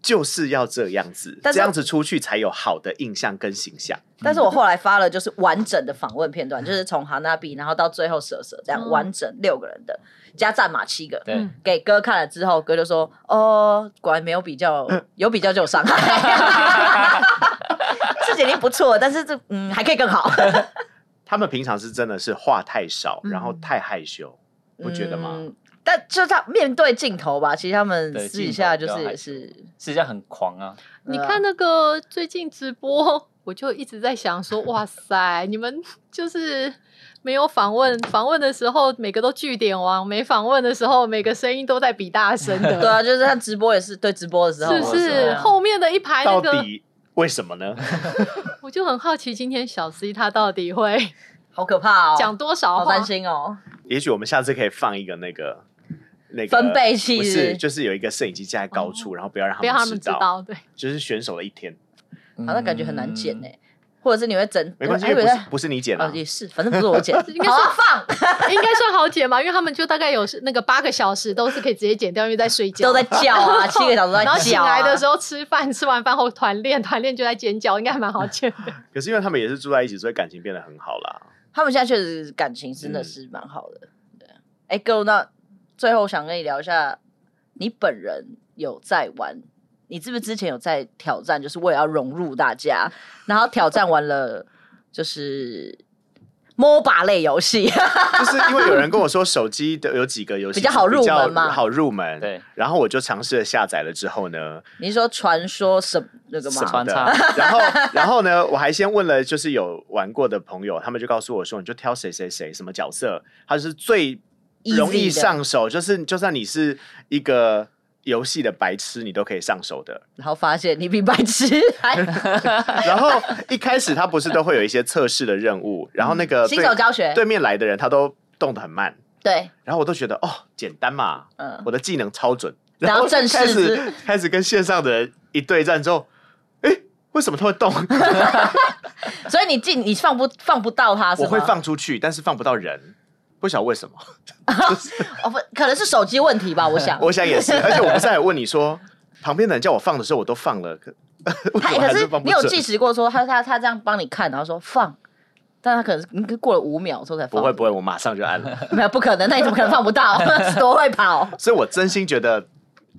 Speaker 2: 就是要这样子，
Speaker 1: 但
Speaker 2: 这
Speaker 1: 是
Speaker 2: 样子出去才有好的印象跟形象。
Speaker 1: 但是我后来发了就是完整的访问片段，就是从哈娜比，然后到最后蛇蛇这样、
Speaker 5: 嗯
Speaker 1: 完整六个人的，加战马七个。
Speaker 3: 对，
Speaker 5: 嗯
Speaker 1: 给哥看了之后，哥就说：“哦，果然没有比较，有比较就有伤害。 这已经不错，但是这嗯还可以更好，
Speaker 2: 他们平常是真的是话太少，
Speaker 5: 嗯
Speaker 2: 然后太害羞，不觉得吗？
Speaker 1: 嗯但就是他面对镜头吧，其实他们
Speaker 3: 对
Speaker 1: 私底下就是
Speaker 3: 镜头比较
Speaker 1: 也
Speaker 3: 害
Speaker 1: 是，
Speaker 3: 私下很狂啊，
Speaker 5: 你
Speaker 1: 对啊
Speaker 5: 看那个最近直播，我就一直在想说，哇塞，你们就是没有访问，访问的时候每个都据点王，没访问的时候每个声音都在比大声
Speaker 1: 对
Speaker 5: 的，
Speaker 1: 啊，就是他直播也是对直播的时候
Speaker 5: 是
Speaker 1: 嘛，
Speaker 5: 不是？
Speaker 3: 是啊
Speaker 5: 后面的一排那
Speaker 2: 到
Speaker 5: 个，
Speaker 2: 底为什么呢？
Speaker 5: 我就很好奇，今天小 C 他到底会
Speaker 1: 好可怕哦，
Speaker 5: 讲多少
Speaker 1: 好
Speaker 5: 话
Speaker 1: 担？心哦，
Speaker 2: 也许我们下次可以放一个那个那个
Speaker 1: 分贝器
Speaker 2: 不
Speaker 1: 是不
Speaker 2: 是，
Speaker 1: 是
Speaker 2: 就是有一个摄影机架在高处，然后不要让
Speaker 5: 不要
Speaker 2: 他
Speaker 5: 让他
Speaker 2: 们
Speaker 5: 们
Speaker 2: 知
Speaker 5: 知
Speaker 2: 道，
Speaker 5: 道，对，
Speaker 2: 就是选手的一天。
Speaker 1: 好像感觉很难剪欸呢
Speaker 3: 嗯，
Speaker 1: 或者是你会整，
Speaker 2: 没关系，
Speaker 1: 还以
Speaker 2: 因为
Speaker 1: 为
Speaker 2: 不
Speaker 1: 在
Speaker 2: 是不是你剪的、
Speaker 1: 哦，也是，反正不是我剪，
Speaker 5: 应该是
Speaker 1: 好啊放，
Speaker 5: 应该算好解嘛，因为他们就大概有那个八个小时都是可以直接剪掉，因为在睡觉，
Speaker 1: 都在叫啊，七个小时都在
Speaker 5: 然后醒
Speaker 1: 叫、啊。
Speaker 5: 来的时候吃饭，吃完饭后团练，团练就在尖叫，应该还蛮好剪 的。
Speaker 2: 可是因为他们也是住在一起，所以感情变得很好啦。
Speaker 1: 他们现在确实感情真
Speaker 2: 嗯
Speaker 1: 的是蛮好的。对，哎、哥，那最后想跟你聊一下，你本人有在玩，你是不是之前有在挑战，就是为了要融入大家，然后挑战完了就是。MOBA 类游戏，
Speaker 2: 就是因为有人跟我说手机的有几个游戏
Speaker 1: 比较好入
Speaker 2: 比较
Speaker 1: 门嘛
Speaker 2: 好入门。
Speaker 3: 对，
Speaker 2: 然后我就尝试了下载了之后呢，
Speaker 1: 你是说传说什么那个
Speaker 2: 什么
Speaker 1: 吗？
Speaker 3: 穿
Speaker 2: 的
Speaker 3: 插，
Speaker 2: 然后然后呢，我还先问了就是有玩过的朋友，他们就告诉我说，你就挑谁谁谁什么角色，他就是最
Speaker 1: Easy
Speaker 2: 容易
Speaker 1: 的
Speaker 2: 上手，就是就算你是一个游戏的白痴，你都可以上手的。
Speaker 1: 然后发现你比白痴 还
Speaker 2: 然后一开始他不是都会有一些测试的任务，然后那个
Speaker 1: 新手
Speaker 2: 对
Speaker 1: 教学，
Speaker 2: 对面来的人他都动得很慢，
Speaker 1: 对，
Speaker 2: 然后我都觉得哦简单嘛，
Speaker 1: 嗯，
Speaker 2: 我的技能超准。
Speaker 1: 然后正式
Speaker 2: 开
Speaker 1: 之
Speaker 2: 始开始跟线上的人一对战之后，哎，为什么他会 动？
Speaker 1: 所以你进你放不放不到他是
Speaker 2: 我
Speaker 1: 吗？
Speaker 2: 会放出去，但是放不到人，不晓得为什么。
Speaker 1: 哦，不，可能是手机问题吧，我想。
Speaker 2: 我想也是，而且我不是还问你说，旁边的人叫我放的时候，我都放了，可 为
Speaker 1: 他
Speaker 2: 什么还
Speaker 1: 可
Speaker 2: 是
Speaker 1: 是
Speaker 2: 放不
Speaker 1: 你有
Speaker 2: 准
Speaker 1: 计时过说他他他这样帮你看，然后说放，但他可能是应该过了五秒之后才
Speaker 2: 不
Speaker 1: 放。
Speaker 2: 会不会，我马上就按了。
Speaker 1: 没有不可能，那你怎么可能放不到？ 多会跑，
Speaker 2: 所以我真心觉得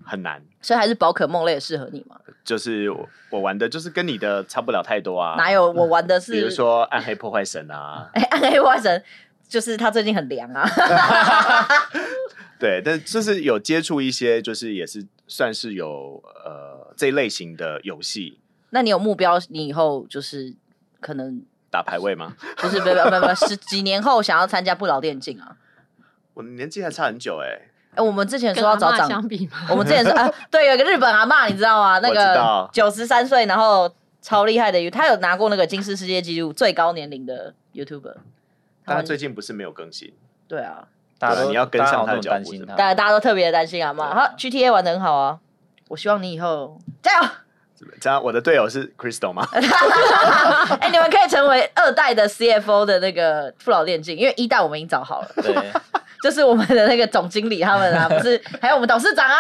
Speaker 2: 很难，
Speaker 1: 所以还是宝可梦类的适合你嘛？
Speaker 2: 就是我我玩的就是跟你的差不了太多啊。
Speaker 1: 哪有我玩的
Speaker 2: 比如
Speaker 1: 是
Speaker 2: 说《暗黑破坏神》啊，
Speaker 1: 哎暗黑外神，就是他最近很凉啊，
Speaker 2: 对，但就是有接触一些，就是也是算是有呃这一类型的游戏
Speaker 1: 那你有目标，你以后就是可能
Speaker 2: 打排位吗？
Speaker 1: 不是不不不不是几年后想要参加不老电竞啊？
Speaker 2: 我年纪还差很久哎、
Speaker 1: 哎，我们之前
Speaker 5: 跟
Speaker 1: 说要
Speaker 5: 阿
Speaker 1: 找
Speaker 5: 嬷
Speaker 1: 长
Speaker 5: 相比嘛，
Speaker 1: 我们之前是啊，对，有一个日本阿嬷，你知道吗？那
Speaker 2: 我知
Speaker 1: 个
Speaker 2: 道
Speaker 1: 九十三岁，然后超厉害的，她有拿过那个金氏世界纪录最高年龄的 YouTuber。
Speaker 2: 但
Speaker 1: 他
Speaker 2: 他
Speaker 1: 们
Speaker 2: 最近不是没有更新，
Speaker 1: 对啊，
Speaker 3: 大家都
Speaker 2: 你要跟上
Speaker 3: 大家好
Speaker 2: 他的
Speaker 3: 多
Speaker 2: 脚步
Speaker 3: 担心
Speaker 2: 是吧
Speaker 1: 大
Speaker 3: 他，
Speaker 1: 家大家都特别担心阿嬷。她 GTA 玩的很好啊，我希望你以后加油。
Speaker 2: 这样我的队友是 Crystal 吗？
Speaker 5: 呃
Speaker 1: 哎、你们 可以成为二代的 CFO 的那个不老电竞，因为一代我们已经找好了，
Speaker 3: 对，
Speaker 1: 就是我们的那个总经理他 们啊，不是还有我们董事长啊，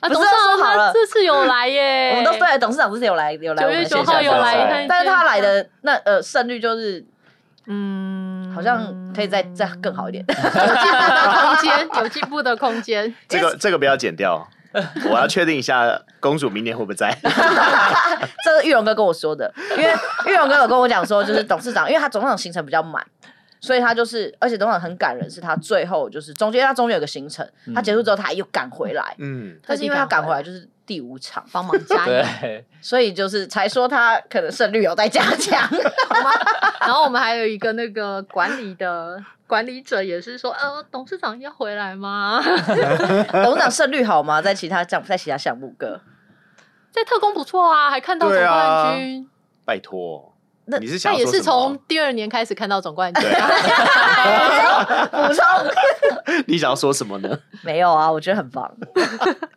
Speaker 5: 啊，
Speaker 1: 不是
Speaker 5: 董事
Speaker 1: 都
Speaker 5: 长
Speaker 1: 说好了
Speaker 5: 他这次有来耶，
Speaker 1: 我们都对董事长之前有来有来我
Speaker 5: 九
Speaker 1: 们
Speaker 5: 月
Speaker 1: 的线
Speaker 5: 九
Speaker 1: 下
Speaker 5: 号有
Speaker 1: 课
Speaker 2: 线下
Speaker 5: 来，
Speaker 1: 但是他来，的那呃胜率就是
Speaker 5: 嗯，
Speaker 1: 好像可以再再更好一点。
Speaker 5: 有进步的空间，有进步的空间。
Speaker 2: 这个这个不要剪 掉，我要确定一下公主明年会不会在。
Speaker 1: 这是玉荣哥跟我说的，因 为玉荣哥有跟我讲说，就是董事长，因为他董事长行程比较满，所以他就是，而且董事长很感人，是他最后就是中间因为他中间有个行程，他结束之后他又赶回来，
Speaker 2: 嗯，
Speaker 1: 但是因为他赶回来就是第五场，
Speaker 5: 帮忙加油，
Speaker 3: 对，
Speaker 1: 所以就是才说他可能胜率有待加 强。
Speaker 5: 然后我们还有一个那个管理的管理者也是说，呃，董事长要回来吗？
Speaker 1: 董事长胜率好吗？在其他项在其他项目哥，
Speaker 5: 在特工不错啊，还看到总
Speaker 2: 对啊
Speaker 5: 冠军，
Speaker 2: 拜托，
Speaker 1: 那
Speaker 2: 你是想
Speaker 5: 但
Speaker 2: 要
Speaker 5: 也
Speaker 2: 说
Speaker 5: 是
Speaker 2: 什么
Speaker 5: 从第二年开始看到总冠军。
Speaker 2: 对，啊
Speaker 1: 补 充
Speaker 2: 你想要说什么呢？
Speaker 1: 没有啊？我觉得很 棒，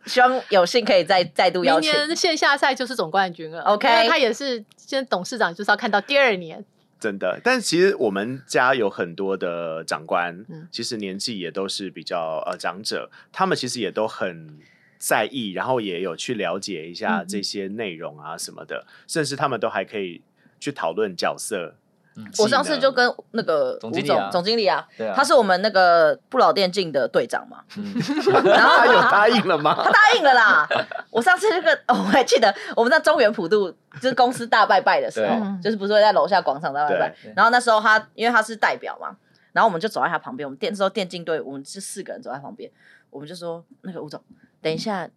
Speaker 1: 希望有幸可以再再度邀
Speaker 5: 明
Speaker 1: 请。
Speaker 5: 年线下赛就是总冠军了
Speaker 1: OK
Speaker 5: 因为他也是现在董事长，就是要看到第二年，
Speaker 2: 真的，但其实我们家有很多的长官，
Speaker 5: 嗯
Speaker 2: 其实年纪也都是比较呃长者，他们其实也都很在意，然后也有去了解一下这些内容啊什么的，甚至他们都还可以去讨论角色
Speaker 3: 嗯。
Speaker 1: 我上次就跟那个
Speaker 3: 总
Speaker 1: 吴
Speaker 3: 经理啊
Speaker 1: 总总经理啊，
Speaker 3: 对啊
Speaker 1: 他是我们那个不老电竞的队长 嘛，
Speaker 3: 嗯
Speaker 1: 然后
Speaker 2: 他有答应了吗？
Speaker 1: 答应了啦。我上次那个、 哦我还记得，我们在中原普渡就是公司大拜拜的时候
Speaker 3: 对，
Speaker 1: 就是不是会在楼下广场大拜拜
Speaker 3: 对对，
Speaker 1: 然后那时候他因为他是代表嘛，然后我们就走在他旁边，我们电之后电竞队我们是四个人走在旁边，我们就说那个吴总，等一下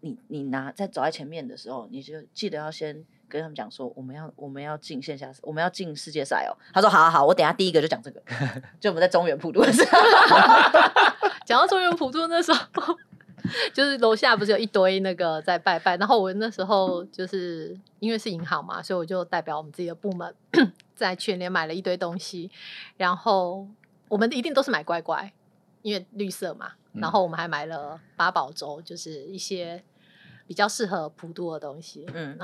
Speaker 1: 你你拿在走在前面的时候，你就记得要先。跟他们讲说，我们要我们要进线下，我们要进世界赛哦。他说好好好，我等一下第一个就讲 这个，就我们在中原普渡的时候，
Speaker 5: 讲到中原普渡那时候， 就是楼下不是有一堆那个在拜拜，然后我那时候就是因为是银行嘛，所以我就代表我们自己的部门在全联买了一堆东西，然后我们一定都是买乖乖，因为绿色嘛，
Speaker 3: 嗯
Speaker 5: 然后我们还买了八宝粥，就是一些比较适合普渡的东西，
Speaker 1: 嗯，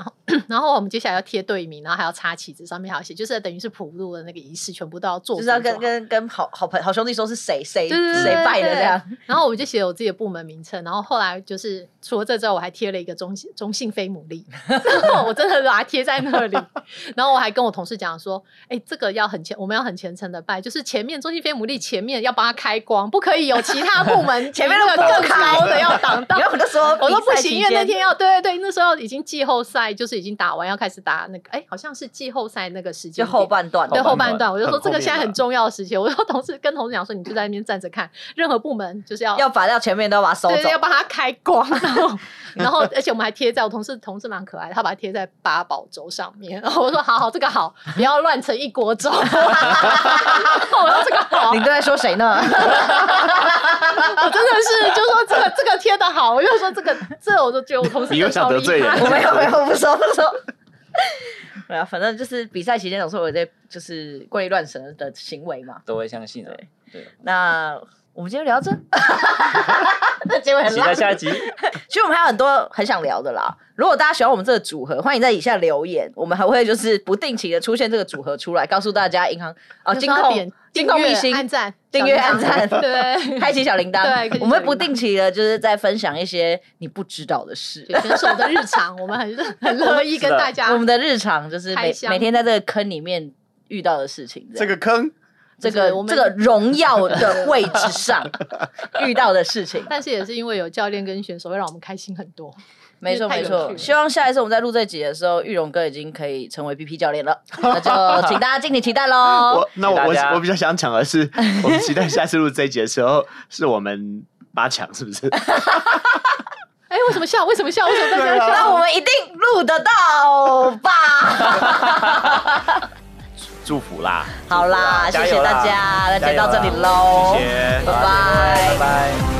Speaker 5: 然后我们接下来要贴队名，然后还要插旗子，上面还要写，就是等于是普渡的那个仪式全部都要做
Speaker 1: 就
Speaker 5: 足
Speaker 1: 是
Speaker 5: 做好，
Speaker 1: 要跟跟跟好好朋好兄弟说是谁谁
Speaker 5: 对对对
Speaker 1: 谁拜的
Speaker 5: 对
Speaker 1: 这样。
Speaker 5: 然后我就写了我自己的部门名称，然后后来就是除了这之外，我还贴了一个中性中性非牡蛎， 我真的把它贴在那里。然后我还跟我同事讲说，哎、这个要很虔，我们要很虔诚的拜，就是前面中性非牡蛎前面要帮它开光，不可以有其他 部门
Speaker 1: 前面都
Speaker 5: 比
Speaker 1: 不
Speaker 5: 这个更
Speaker 1: 开
Speaker 5: 高的要挡到。
Speaker 1: 然后我就说，
Speaker 5: 我说不
Speaker 1: 比赛
Speaker 5: 行，
Speaker 1: 期
Speaker 5: 因为那
Speaker 1: 间
Speaker 5: 天要对对对，那时候已经季后赛，就是已经打完，要开始打那个，哎，好像是季后赛那个时
Speaker 1: 就
Speaker 5: 间点
Speaker 1: 后半段，
Speaker 5: 对
Speaker 3: 后
Speaker 5: 后
Speaker 3: 半
Speaker 5: 半段，我就
Speaker 2: 很
Speaker 5: 说
Speaker 2: 后
Speaker 5: 这个
Speaker 2: 面
Speaker 5: 现在
Speaker 2: 吧
Speaker 5: 很重要的时 期，我说同事跟同事讲说，你就在那边站着看，任何部门就是要
Speaker 1: 要把到前面都要把它收
Speaker 5: 对
Speaker 1: 走
Speaker 5: 要。把它开光，然 后然后而且我们还贴在我同事同事蛮可爱的，他把它贴在八宝粥上面，然后我说好好这个好，不要乱成一锅粥，我 说这个好，
Speaker 1: 你都在说谁 呢？
Speaker 5: 我真的是就说这个这个贴的好，我就说这个这我都觉得我同事
Speaker 2: 你又
Speaker 5: 真
Speaker 2: 想
Speaker 5: 的超
Speaker 2: 得
Speaker 5: 厉
Speaker 2: 罪
Speaker 5: 害
Speaker 2: 人
Speaker 1: 我没有没有，不说不说。对啊，反正就是比赛期间总是有一些就是怪力乱神的行为嘛。
Speaker 3: 都会 相信啊。对，
Speaker 1: 那我们今天聊这， 那结尾很
Speaker 3: 期
Speaker 1: 烂
Speaker 3: 待。下一集。
Speaker 1: 其实我们还有很多很想聊的啦。如果大家喜欢我们这个组合，欢迎在以下留言，我们还会就是不定期的出现这个组合出来，告诉大家银行啊，
Speaker 5: 就
Speaker 1: 金
Speaker 5: 是要
Speaker 1: 控
Speaker 5: 点
Speaker 1: 金控
Speaker 5: 订阅
Speaker 1: 明星
Speaker 5: 按赞
Speaker 1: 订阅
Speaker 5: 小
Speaker 1: 按
Speaker 5: 铃铛
Speaker 1: 赞，
Speaker 5: 对。
Speaker 1: 开启小铃铛，
Speaker 5: 对开启小铃铛
Speaker 1: 我们不定期的就是在分享一些你不知道的事，
Speaker 5: 对选手的日常，我们很很乐意跟大家
Speaker 1: 我们的日常就是
Speaker 5: 开
Speaker 1: 每
Speaker 5: 箱
Speaker 1: 每天在这个坑里面遇到的事情，
Speaker 2: 这
Speaker 1: 这样
Speaker 2: 个坑
Speaker 1: 这
Speaker 5: 就是
Speaker 1: 个
Speaker 5: 我们
Speaker 1: 这个荣耀的位置上遇到的事 情，
Speaker 5: 但是也是因为有教练跟选手，会让我们开心很多。
Speaker 1: 没错
Speaker 5: 太
Speaker 1: 没
Speaker 5: 有趣
Speaker 1: 错。
Speaker 5: 了
Speaker 1: 希望下一次我们在录这集的时候，玉荣哥已经可以成为 BP 教练了，那就请大家敬请期待喽。
Speaker 2: 我那我
Speaker 3: 谢谢大家
Speaker 2: 我我比较想讲的是，我们期待下次录这一集的时候，是我们八强是不是？
Speaker 5: 哎，为什么笑？为什么笑？为什么大
Speaker 2: 对
Speaker 5: 家
Speaker 2: 啊
Speaker 5: 笑？
Speaker 1: 那我们一定录得到吧？
Speaker 2: 祝福啦，
Speaker 1: 好啦，谢
Speaker 3: 加
Speaker 1: 谢
Speaker 3: 油啦
Speaker 1: 大家，那今天到这里
Speaker 3: 加油
Speaker 1: 喽
Speaker 2: 谢，
Speaker 1: 拜
Speaker 2: 谢。
Speaker 1: 拜
Speaker 3: 拜拜。